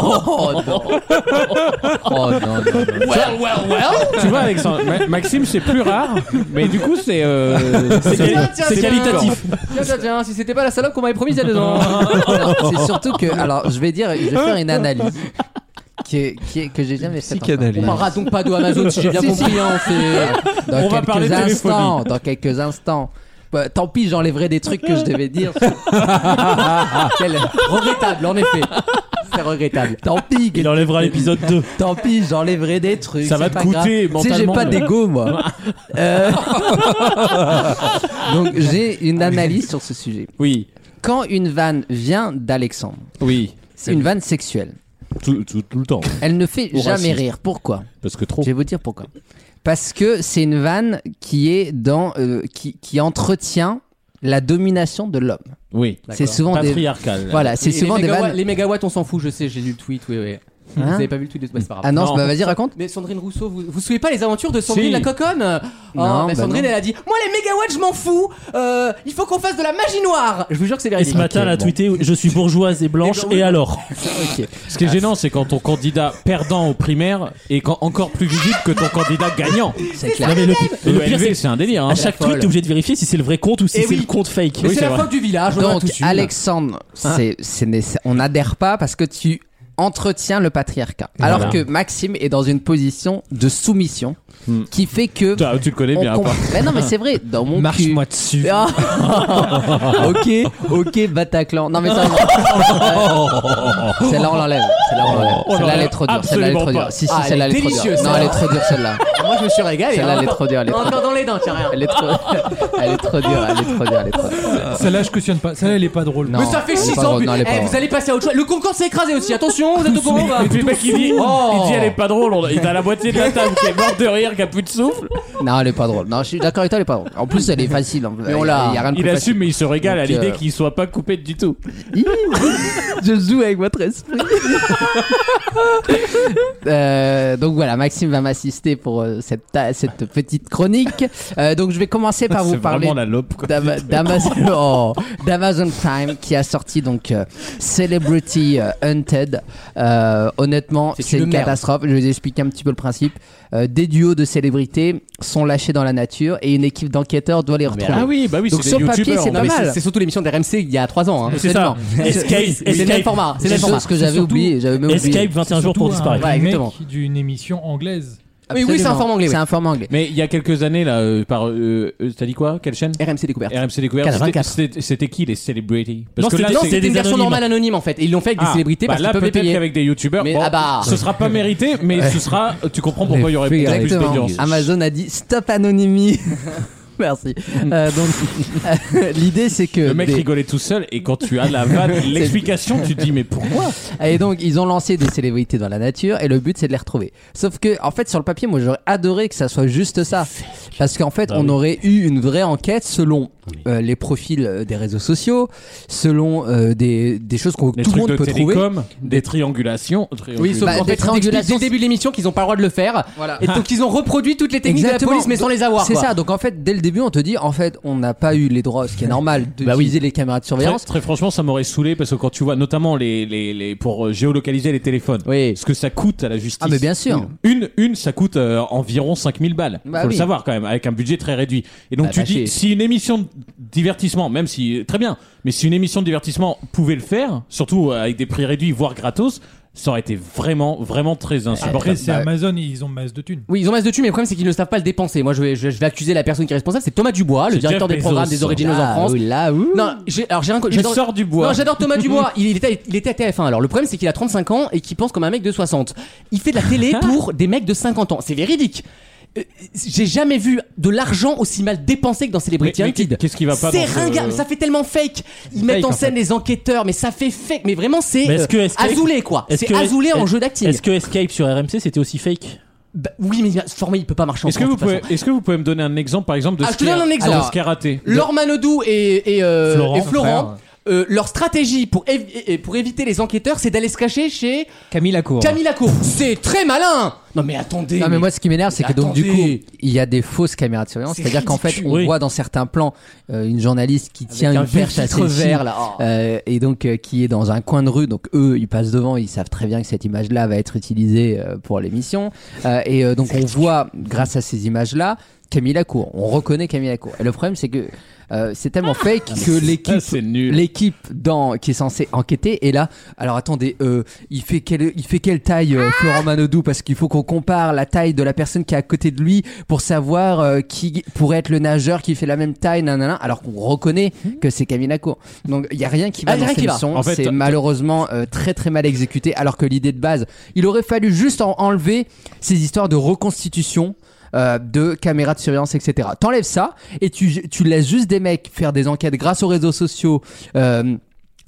S6: oh, non. (laughs) Oh, non, non, non.
S5: Well, well, well. Tu vois, Alexandre, Ma- Maxime, c'est plus rare, mais du coup, c'est euh, c'est
S2: bien, tiens,
S5: c'est
S2: tiens.
S5: qualitatif.
S2: Tiens, tiens, tiens, si c'était pas la salope qu'on m'avait promise il y a deux ans.
S6: (laughs) C'est surtout que, alors, je vais dire, je vais faire une analyse qui est- qui est- que j'ai jamais faite. encore.
S10: Psychanalyse.
S2: On parlera donc pas de Amazon si j'ai bien
S6: Si,
S2: compris.
S6: si, (laughs) on fait- hein, euh, dans
S5: On va
S6: quelques
S5: parler de téléphonie.
S6: instants, dans quelques instants. Bah, tant pis, j'enlèverai des trucs que je devais (laughs) dire. Quel- regrettable, en effet. C'est regrettable. Tant pis,
S7: Il enlèvera l'épisode 2.
S6: tant pis, j'enlèverai des trucs.
S5: Ça va
S6: c'est
S5: te
S6: pas
S5: coûter
S6: grave. Tu sais, j'ai
S5: mentalement,
S6: pas
S5: mais- (laughs)
S6: d'ego, moi. Euh, Donc, j'ai une analyse sur ce sujet.
S5: Ah Oui,
S6: Quand une vanne vient d'Alexandre,
S5: oui.
S6: c'est une vanne sexuelle.
S5: Tout, tout- tout le temps.
S6: Elle ne fait
S5: Ou
S6: jamais
S5: raciste.
S6: rire. Pourquoi
S5: Parce que trop.
S6: Je vais vous dire pourquoi. Parce que c'est une vanne qui est dans euh, qui, qui entretient la domination de l'homme.
S5: Oui.
S6: C'est souvent des
S5: Patriarcal.
S6: voilà, c'est
S2: Et les
S6: souvent des
S2: mégawatts-
S6: vannes.
S2: Les mégawatts, on s'en fout, je sais, j'ai lu le tweet, oui, oui. Vous
S6: Hein
S2: avez pas vu le tweet de bah, c'est pas grave.
S6: Ah non, bah, vas-y, raconte.
S2: Mais Sandrine Rousseau, vous vous souvenez pas les aventures de Sandrine la coconne Oh,
S6: Non,
S2: bah,
S6: bah
S2: Sandrine
S6: non.
S2: elle a dit "Moi les mégawatts, je m'en fous. Euh, il faut qu'on fasse de la magie noire." Je vous jure que c'est
S7: Et
S2: véridique.
S7: ce matin, elle a tweeté Je suis bourgeoise et blanche, et
S5: (laughs)
S7: alors
S5: Ce qui est gênant, c'est quand ton candidat perdant aux primaires est quand- encore plus visible que ton candidat gagnant.
S6: clair.
S7: Non, mais le, mais le pire,
S5: ELV,
S7: c'est que
S5: c'est un délire. hein.
S7: à chaque tweet, t'es obligé de vérifier si c'est le vrai compte ou si
S2: Eh
S7: c'est
S2: oui.
S7: le compte fake.
S2: Mais c'est la faute du village, on en a
S6: Donc,
S2: tous une.
S6: Alexandre,
S5: Ah.
S6: c'est- c'est né- c'est- on n'adhère pas parce que tu entretiens le patriarcat. Alors
S5: Voilà.
S6: que Maxime est dans une position de soumission
S5: Hmm.
S6: qui fait que.
S5: Toi, tu le connais
S6: on
S5: bien,
S6: com-
S5: pas
S6: Mais non, mais c'est vrai, dans mon cul.
S4: Marche-moi dessus.
S6: Ah. ok, ok, Bataclan. Non, mais ça, non. Celle-là, on l'enlève. Celle-là, on l'enlève.
S5: Oh là
S6: Celle-là, elle
S5: là,
S6: est trop dure. Celle-là, elle est trop
S5: absolument
S6: dure. Si, si,
S2: pas. Ah,
S6: celle-là,
S2: elle
S6: elle
S2: est
S6: est trop
S2: délicieuse,
S6: dure. Non, elle est trop dure, celle-là.
S2: (laughs) Moi je me suis régalé.
S6: Celle-là,
S2: hein.
S6: elle est trop dure. Elle est trop
S2: Encore dans les dents, tiens rien.
S6: elle est trop, elle est trop dure, elle est trop dure, elle est trop dure.
S3: Celle-là, je cautionne pas. Celle-là, elle est pas drôle.
S6: Non.
S2: Mais ça fait
S6: elle est
S2: 6
S6: pas
S2: ans.
S6: drôle,
S2: plus.
S6: non, elle est pas
S2: Eh, vous
S6: drôle.
S2: allez passer à autre chose. Le Concorde s'est écrasé aussi. Attention, vous êtes au courant. bah.
S5: Et puis le mec, il dit,
S2: Oh.
S5: il dit, elle est pas drôle. On- Il est à la moitié de la table qui est morte de rire, qui a plus de souffle.
S6: Non, elle est pas drôle. Non, je suis d'accord avec toi, elle est pas drôle. En plus, elle est facile. Mais
S2: on l'a-
S6: Il y a rien de
S5: Il
S6: plus
S5: assume, mais il se régale à
S6: Donc,
S5: l'idée
S6: euh,
S5: qu'il soit pas coupé du tout.
S6: facile. Je joue avec votre esprit. (laughs) Euh, donc voilà, Maxime va m'assister pour euh, cette, ta- cette petite chronique. Euh, donc je vais commencer par vous
S5: C'est
S6: parler
S5: vraiment la lope. quoi.
S6: d'Ama-
S5: (laughs)
S6: d'Amazon oh, d'Amazon Prime qui a sorti donc euh, Celebrity euh, Hunted. Euh, honnêtement,
S2: C'est
S6: c'est
S2: une
S6: une
S2: merde.
S6: catastrophe. Je vais vous expliquer un petit peu le principe. Euh, des duos de célébrités sont lâchés dans la nature et une équipe d'enquêteurs doit les retrouver.
S5: Ah oui, bah oui,
S6: Donc
S5: c'est des
S6: sur papier,
S5: youtubeurs.
S6: c'est
S5: en
S6: pas
S5: fait.
S2: mais
S6: mal.
S2: C'est c'est surtout l'émission d'RMC il y a 3 ans. hein.
S7: C'est ça.
S6: Absolument.
S7: Escape,
S2: C'est le même
S7: escape.
S2: format. C'est
S6: C'est
S2: le même
S6: la
S2: format.
S6: chose que j'avais
S3: surtout-
S6: oublié. J'avais même oublié.
S7: Escape
S5: hein.
S7: 21 jours pour disparaître.
S2: Ouais,
S3: Un
S2: exactement.
S3: remake d'une émission anglaise.
S2: Ah Oui, oui, c'est un
S6: Absolument.
S2: format anglais, oui.
S6: C'est un format anglais.
S5: Mais il y a quelques années, là, euh, par. euh, euh, T'as dit quoi Quelle chaîne
S2: RMC découverte.
S5: RMC Découverte.
S2: 84.
S5: c'était- c'était- C'était qui les celebrities Parce
S7: Non,
S5: que là,
S7: c'était-
S2: Non,
S7: c'est
S2: c'était
S7: des
S2: une version
S7: anonymes.
S2: normale anonyme en fait. Et ils l'ont fait avec des
S5: Ah,
S2: célébrités
S5: bah
S2: parce
S5: là,
S2: qu'ils peuvent les
S5: peut-être
S2: payer.
S5: qu'avec des youtubeurs,
S2: Mais
S5: bon,
S2: ah bah.
S5: ce sera pas mérité, mais ce sera. Tu comprends pourquoi il y aurait peut-être plus
S6: Exactement.
S5: d'audience.
S6: Amazon a dit stop anonymie. (laughs) Merci. Euh, donc, (laughs) euh, l'idée c'est que
S5: Le mec
S6: des-
S5: rigolait tout seul, et quand tu as
S2: (laughs)
S5: la vanne, l'explication, tu te dis, mais pourquoi
S6: Et donc, ils ont lancé des célébrités dans la nature et le but c'est de les retrouver. Sauf que, en fait, sur le papier, moi j'aurais adoré que ça soit juste ça. Parce qu'en
S5: Bah
S6: fait, on aurait eu une vraie enquête selon euh, les profils euh, des réseaux sociaux, selon euh, des, des choses que
S5: Les
S6: tout le
S5: trucs
S6: monde
S5: de
S6: peut trouver.
S5: télécom, des triangulations.
S2: Oui, sauf
S6: Bah,
S2: qu'en
S6: des
S2: fait, ils t'expliquent dès
S6: triangulations-
S2: le début de l'émission qu'ils n'ont pas le droit de le faire.
S6: Voilà.
S2: Et donc, ils ont reproduit toutes les techniques de la
S6: Exactement.
S2: police, mais sans les avoir.
S6: C'est
S2: quoi.
S6: ça, donc en fait, dès le début, on te dit, en fait, on n'a pas eu les droits, ce qui
S2: (laughs)
S6: est normal,
S2: Bah
S6: d'utiliser les caméras de
S5: Très,
S6: surveillance.
S5: très franchement, ça m'aurait saoulé parce que quand tu vois, notamment les, les, les- pour euh, géolocaliser les téléphones,
S6: Oui.
S5: ce que ça coûte à la justice.
S6: Ah, mais bien sûr.
S5: Une, une, ça coûte euh, environ 5000 balles.
S6: Bah
S5: Faut
S6: oui.
S5: le savoir quand même, avec un budget très réduit. Et donc
S6: Bah,
S5: tu
S6: bah,
S5: dis,
S6: chez-
S5: si une émission de divertissement, même si, très bien, mais si une émission de divertissement pouvait le faire, surtout euh, avec des prix réduits, voire gratos, ça aurait été vraiment, vraiment très
S2: Euh, Bah,
S3: Après,
S5: insupportable.
S3: c'est Amazon, ils ont masse de thunes.
S2: Oui, ils ont masse de thunes, mais le problème c'est qu'ils ne savent pas le dépenser. Moi, je vais, je, je vais accuser la personne qui est responsable, c'est Thomas Dubois, le
S5: C'est
S2: directeur
S5: Jeff
S2: des programmes
S5: Bezos.
S2: des Originals en
S6: Ah,
S2: France.
S6: oui, là, ouh.
S2: Non, j'ai- alors j'ai un.
S5: Il
S2: j'adore-
S5: sort du bois.
S2: Non, j'adore Thomas
S5: (laughs)
S2: Dubois. Il, il était, il était à TF1. Alors le problème, c'est qu'il a 35 ans et qu'il pense comme un mec de 60. Il fait de la
S5: (laughs)
S2: télé pour des mecs de 50 ans. C'est véridique. Euh, J'ai jamais vu de l'argent aussi mal dépensé que dans Celebrity
S5: Mais- mais
S2: Hunted.
S5: qu'est-ce qui va pas
S2: C'est
S5: dans ce-
S2: ringard, mais ça fait tellement fake. Ils mettent en
S5: en
S2: scène les enquêteurs, mais ça fait fake. Mais vraiment, c'est
S7: Mais est-ce que
S2: euh,
S7: Escape-
S2: azoulé quoi.
S7: Est-ce que-
S2: C'est azoulé en
S7: est-
S2: jeu d'acting.
S7: Est-ce que Escape sur RMC c'était aussi fake
S2: Bah, oui, mais ce format il peut pas marcher. en
S5: Est-ce que,
S2: France,
S5: vous
S2: de toute
S5: pouvez,
S2: façon.
S5: est-ce que vous pouvez me donner un exemple, par exemple, de
S2: Ah,
S5: ce
S2: je te
S5: qui est-
S2: donne un exemple.
S5: de ce qui a raté
S2: Laure Manodou et, et, euh, et Florent,
S7: Florent.
S2: euh, leur stratégie pour, évi- et- et pour éviter les enquêteurs, c'est d'aller se cacher chez
S4: Camille Lacour.
S2: Camille Lacour. C'est très malin Non mais attendez
S6: Non mais moi ce qui m'énerve c'est que donc du
S2: Attendez.
S6: coup il y a des fausses caméras de surveillance,
S2: C'est
S6: c'est-à-dire qu'en fait
S2: ridicule.
S6: on
S7: Oui.
S6: voit dans certains plans euh, une journaliste qui
S2: Avec
S6: tient
S2: un
S6: une
S2: vieux
S6: perche à
S2: filtre
S6: selfie,
S2: vert, là. Oh.
S6: euh, et donc euh, qui est dans un coin de rue, donc eux ils passent devant, ils savent très bien que cette image-là va être utilisée euh, pour l'émission, Euh, et euh, donc on voit grâce à ces images-là Camille Lacour, on reconnaît Camille Lacour. Et le problème c'est que euh, c'est tellement
S2: Ah,
S6: fake que l'équipe
S5: c'est nul.
S6: l'équipe dans qui est censée enquêter est là. Alors attendez, euh, il fait quelle il fait quelle taille euh,
S2: Ah
S6: Florent Manodou parce qu'il faut qu'on compare la taille de la personne qui est à côté de lui pour savoir euh, qui pourrait être le nageur qui fait la même taille nanana alors qu'on reconnaît que c'est Camille Lacour. Donc il y a rien qui
S2: Hmm. Ah,
S6: va
S2: y a
S6: dans
S2: rien
S6: cette
S2: qui va.
S6: émission.
S5: En fait,
S6: c'est
S5: t'as-
S6: malheureusement euh, très très mal exécuté alors que l'idée de base, il aurait fallu juste en enlever ces histoires de reconstitution euh, de caméras de surveillance, etc. T'enlèves ça et tu, tu laisses juste des mecs faire des enquêtes grâce aux réseaux sociaux, euh,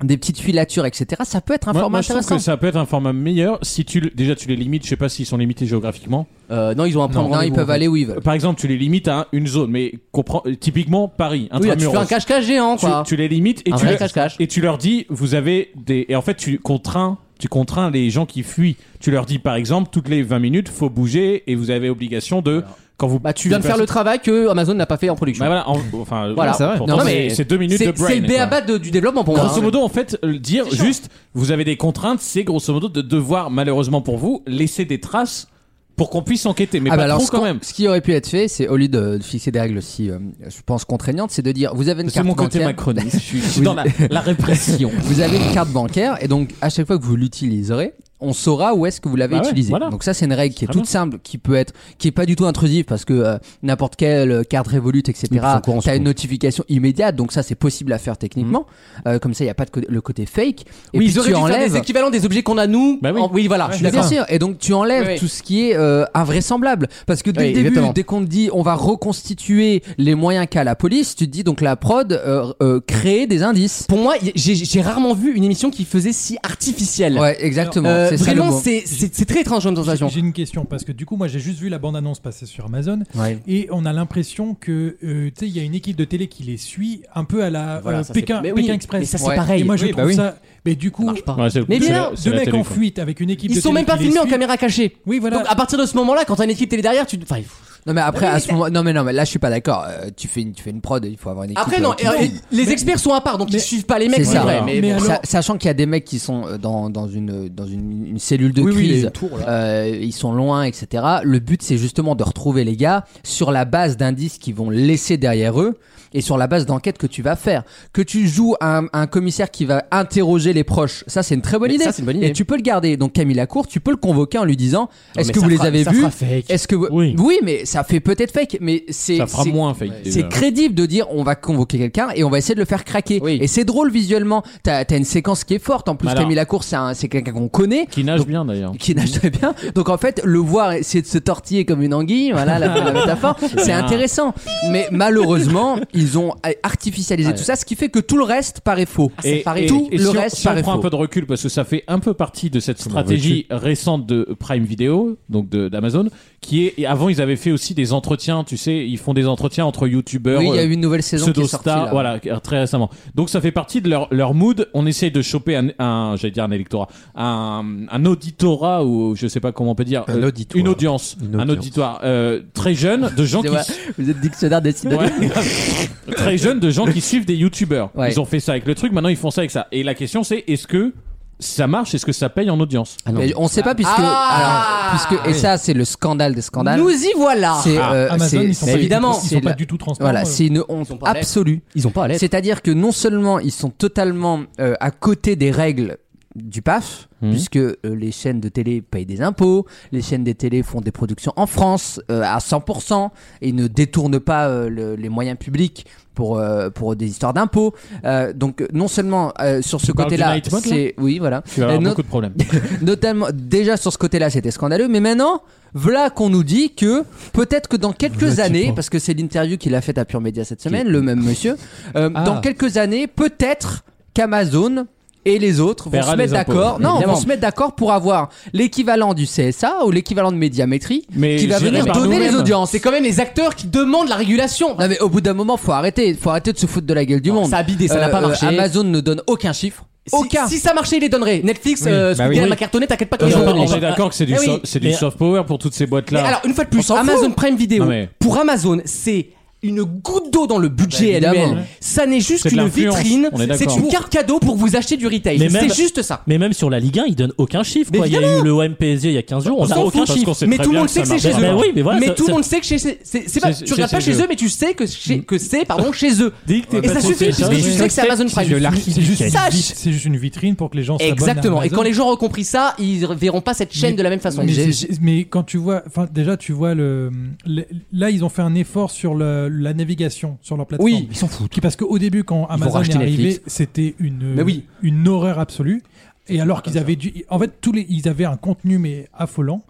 S6: des petites filatures, etc. Ça peut être un
S5: Moi-
S6: format
S5: moi, je trouve
S6: intéressant.
S5: que ça peut être un format meilleur si tu le- déjà tu les limites. Je sais pas s'ils sont limités géographiquement.
S2: Euh, Non ils ont un plan
S6: Non, ils peuvent aller où ils
S2: Euh,
S6: veulent.
S5: Par exemple, tu les limites à une zone, mais comprends- euh, typiquement Paris,
S2: Oui,
S6: Ah,
S2: là, tu
S5: intramuros.
S2: fais un cache-cache géant
S5: Tu-
S2: quoi
S5: tu les limites et
S2: Un
S5: tu,
S2: vrai
S5: le-
S2: cache-cache.
S5: et tu leur dis vous avez des et en fait tu contrains Tu contrains les gens qui fuient. Tu leur dis par exemple, toutes les 20 minutes, faut bouger et vous avez obligation de. Quand vous
S2: Bah, tu viens de faire le travail que Amazon n'a pas fait en production.
S5: Bah voilà, en- enfin,
S2: Voilà.
S5: ça va.
S2: Non,
S5: Pourtant,
S2: mais
S5: c'est c'est deux minutes
S2: c'est-
S5: de brain.
S2: c'est le
S5: quoi.
S2: béaba de- du développement pour moi.
S5: Grosso
S2: hein.
S6: Ah,
S5: modo, en fait, le dire juste, vous avez des contraintes, c'est grosso modo de devoir, malheureusement pour vous, laisser des traces pour qu'on puisse enquêter, mais
S6: Ah
S5: pas
S6: bah alors,
S5: trop
S6: ce
S5: quand
S6: qu'on-
S5: même.
S6: Ce qui aurait pu être fait, c'est au lieu de, de fixer des règles aussi, euh, je pense, contraignantes, c'est de dire vous avez une
S5: C'est
S6: carte
S5: mon
S6: (laughs)
S5: côté
S6: bancaire.
S5: macroniste, je suis, je suis
S6: Vous- (laughs)
S5: dans la, la répression.
S6: vous avez une carte bancaire et donc à chaque fois que vous l'utiliserez, on saura où est-ce que vous l'avez
S5: Bah ouais,
S6: utilisée.
S5: voilà.
S6: Donc ça c'est une règle qui est
S5: Très
S6: toute
S5: bien.
S6: simple, qui peut être, qui est pas du tout intrusive parce que euh, n'importe quelle euh, carte Revolut etc.
S2: Ils sont au courant,
S6: T'as
S2: surtout.
S6: une notification immédiate, donc ça c'est possible à faire techniquement. Euh, comme ça il y a pas de co- le côté fake. Et
S2: Mmh. Oui,
S6: puis
S2: ils auraient
S6: tu
S2: dû faire
S6: enlèves. Ah,
S2: des équivalents des objets qu'on a nous.
S5: Bah oui.
S2: En- oui, voilà, je suis
S6: Mais
S2: d'accord.
S6: bien sûr. Et donc tu enlèves
S2: Oui, oui.
S6: tout ce qui est euh, invraisemblable. Parce que dès
S2: Oui,
S6: le début,
S2: exactement.
S6: dès qu'on te dit on va reconstituer les moyens qu'a la police, tu te dis donc la prod euh, euh, crée des indices.
S2: Pour moi, y- j'ai j'ai rarement vu une émission qui faisait si artificielle.
S6: Ouais, exactement.
S2: Euh,
S6: c'est ça le
S2: vraiment,
S6: mot.
S2: c'est- c'est c'est très étrange comme sensation.
S3: J'ai une question parce que du coup, moi, j'ai juste vu la bande-annonce passer sur Amazon
S6: Ouais.
S3: et on a l'impression que euh, tu sais, il y a une équipe de télé qui les suit un peu à la
S2: Voilà,
S3: euh,
S2: ça, c'est-
S3: Pékin,
S2: mais oui,
S3: Pékin Express.
S2: mais ça, c'est
S6: Ouais.
S3: Et
S2: pareil.
S3: moi, je
S10: Oui, bah
S3: trouve
S10: oui.
S3: ça. Mais du coup,
S2: marche pas.
S5: Ouais, c'est-
S2: Mais
S5: c'est
S2: bien,
S5: la- c'est
S3: deux
S5: la
S3: mecs
S5: télé,
S3: en
S5: quoi.
S3: fuite avec une équipe de
S2: Ils sont
S3: télé
S2: même pas
S3: qui les
S2: filmés en
S3: suit.
S2: caméra cachée.
S3: Oui, voilà.
S2: Donc à partir de ce moment-là, quand t'as une équipe télé derrière, tu. Enfin, il faut-
S6: Non mais après à ce moment non mais non mais là je suis pas d'accord Euh, tu fais une tu fais une prod il faut avoir une équipe
S2: Après
S6: euh,
S2: non,
S6: qui-
S2: euh, les experts sont à part, donc ils
S3: mais-
S2: suivent pas les mecs,
S6: c'est
S2: c'est
S6: ça.
S2: vrai.
S5: Voilà.
S2: Mais,
S3: Mais
S2: bon.
S3: alors-
S6: Sa- sachant qu'il y a des mecs qui sont euh, dans, dans une dans une, une cellule de crise euh, ils sont loin etc le but c'est justement de retrouver les gars sur la base d'indices qu'ils vont laisser derrière eux et sur la base d'enquête que tu vas faire que tu joues un, un commissaire qui va interroger les proches ça c'est une très bonne
S2: Mais
S6: idée
S2: ça, c'est une bonne idée.
S6: et tu peux le garder donc Camille Lacour tu peux le convoquer en lui disant
S2: Non,
S6: est-ce
S2: mais
S6: que
S2: ça
S6: vous les
S2: fera-
S6: avez
S2: ça
S6: vus
S2: fera fake.
S6: est-ce que vous-
S5: Oui.
S6: oui mais ça fait peut-être fake mais c'est
S5: Ça fera
S6: c'est-
S5: moins euh, fake. déjà.
S6: c'est crédible de dire on va convoquer quelqu'un et on va essayer de le faire craquer.
S2: Oui.
S6: Et c'est drôle visuellement. T'as as une séquence qui est forte. En plus,
S5: Alors.
S6: Camille Lacour, c'est un- c'est quelqu'un qu'on connaît.
S5: Qui nage
S6: Donc-
S5: bien d'ailleurs.
S6: Qui nage très bien. Donc en fait, le voir essayer de se tortiller comme une anguille, voilà la, la
S5: (laughs)
S6: métaphore, c'est
S5: Ah.
S6: intéressant. Mais malheureusement, ils ont artificialisé tout ça, ce qui fait que tout le reste Ah, paraît faux. tout
S5: et
S6: le
S5: si on-
S6: reste
S5: si on
S6: paraît
S5: prend un
S6: faux.
S5: peu de recul, parce que ça fait un peu partie de cette stratégie récente de Prime Video, donc de- d'Amazon, qui est. et avant, ils avaient fait aussi des entretiens, tu sais, ils font des entretiens entre youtubeurs.
S6: Oui, il y a
S5: euh,
S6: eu une nouvelle saison qui est sortie.
S5: pseudo-star,
S6: là.
S5: voilà, qui- très récemment. Donc ça fait partie de leur, leur mood. On essaye de choper un, un- j'allais dire un électorat, un, un auditorat ou je sais pas comment on peut dire,
S10: Un
S5: euh,
S10: auditoire.
S5: une audience,
S10: Une
S5: un
S10: audience.
S5: auditoire euh, très jeune de gens
S6: C'est
S5: qui
S6: vrai, Vous êtes dictionnaire dessinée.
S5: Ouais. (laughs) très jeune de gens qui suivent des youtubeurs.
S6: Ouais.
S5: Ils ont fait ça avec le truc, maintenant ils font ça avec ça. Et la question c'est est-ce que ça marche, est-ce que ça paye en audience
S6: Mais on sait pas puisque,
S2: Ah.
S6: alors, puisque et ça c'est le scandale des scandales.
S2: Nous y voilà.
S6: C'est, euh,
S3: Ah, Amazon,
S6: c'est-
S3: ils sont
S6: c'est-
S3: pas,
S2: évidemment,
S3: ils
S6: c'est
S3: sont pas
S6: la-
S3: du tout transparents.
S6: Voilà,
S3: euh.
S6: c'est une honte
S2: sont pas à l'aise.
S6: absolue.
S2: Ils ont pas à l'aise.
S6: C'est-à-dire que non seulement ils sont totalement euh, à côté des règles du PAF,
S2: Mmh.
S5: Mhm.
S6: puisque euh, les chaînes de télé payent des impôts, les chaînes de télé font des productions en France euh, à 100% et ne détournent pas euh, le- les moyens publics pour euh, pour des histoires d'impôts. Euh, donc euh, non seulement euh, sur ce
S5: parles
S6: côté-là,
S5: du night mode, là
S6: c'est oui voilà.
S5: Tu vas avoir
S6: Euh, no-
S5: beaucoup de problèmes.
S6: (laughs) Notamment, déjà sur ce côté-là, c'était scandaleux, mais maintenant, voilà qu'on nous dit que peut-être que dans quelques années, parce que c'est l'interview qu'il a faite à Pure Média cette semaine, le même monsieur, euh, dans quelques années, peut-être qu'Amazon et les autres vont
S5: Paiera
S6: se mettre
S5: les impôts.
S6: d'accord. Non,
S2: Évidemment.
S6: vont se mettre d'accord pour avoir l'équivalent du CSA ou l'équivalent de médiamétrie
S5: Mais
S6: qui va
S5: géré
S6: venir
S5: par
S6: donner les
S5: nous-mêmes.
S6: audiences.
S2: C'est quand même les acteurs qui demandent la régulation.
S6: Non mais au bout d'un moment, faut arrêter, faut arrêter de se foutre de la gueule du monde.
S2: Ça a bidé, ça n'a
S6: Euh,
S2: pas
S6: euh,
S2: marché.
S6: Amazon ne donne aucun chiffre.
S2: Si-
S6: Aucun.
S2: Si, ça marchait, il les donnerait. Netflix, euh,
S10: bah
S2: Squid
S10: oui.
S2: Game
S10: Oui.
S2: a cartonné, t'inquiète pas
S5: On
S2: qu'ils les
S5: est-
S2: donneront.
S5: on est d'accord que c'est du,
S2: Eh oui.
S5: soft- c'est du
S2: Mais-
S5: soft power pour toutes ces boîtes
S2: Mais
S5: là.
S2: alors, une fois de
S6: On
S2: plus,
S6: s'en
S2: Amazon
S6: fout.
S2: Prime Video,
S5: Non, mais-
S2: pour Amazon, c'est une goutte d'eau dans le budget
S6: Ah bah, évidemment.
S2: annuel. Ça n'est juste
S5: C'est de
S2: qu'une
S5: l'influence.
S2: vitrine.
S5: On est
S2: C'est
S5: d'accord.
S2: une carte cadeau pour vous acheter du retail.
S7: Mais même-
S2: C'est juste ça.
S7: Mais même sur la Ligue 1, ils donnent aucun chiffre.
S2: Mais
S7: Quoi. Il y a eu le OMPSG il y a 15 jours, on
S2: On
S7: n'a
S2: s'en
S7: aucun
S2: fout.
S7: chiffre.
S5: qu'on sait
S2: mais
S5: très
S2: tout le
S5: bien
S2: monde
S5: que
S2: sait que
S5: Ah, ça
S2: c'est chez
S5: marche
S2: eux.
S5: pas.
S7: Mais oui, mais voilà, ça-
S2: tout
S7: ça-
S2: le monde sait que chez- c'est c'est- c'est pas-
S5: C'est-
S2: tu regardes
S5: c'est
S2: pas
S5: chez
S2: chez
S5: eux.
S2: eux, mais tu sais que chez- que c'est pardon chez eux.
S5: Dès que t'es
S2: Et
S5: pas
S2: ça
S5: trop
S2: suffit
S5: chez
S2: puisque
S5: eux,
S2: tu sais que c'est Amazon Prime.
S3: C'est juste, une
S2: Sache.
S3: vit- c'est juste une vitrine pour que les gens s'abonnent.
S2: Exactement. Et quand les gens auront compris ça, ils verront pas cette chaîne
S3: Mais-
S2: de la même façon.
S3: Mais, j'ai- j'ai- mais quand tu vois, enfin déjà tu vois le, le- là ils ont fait un effort sur le- la navigation sur leur plateforme.
S2: Oui, ils s'en foutent.
S3: Qui- parce qu'au début quand Amazon est
S2: racheter
S3: arrivé,
S2: Netflix.
S3: c'était une
S2: Mais oui. Ah,
S3: une horreur absolue. Et alors qu'ils avaient dû, en fait tous les, ils avaient un contenu mais affolant.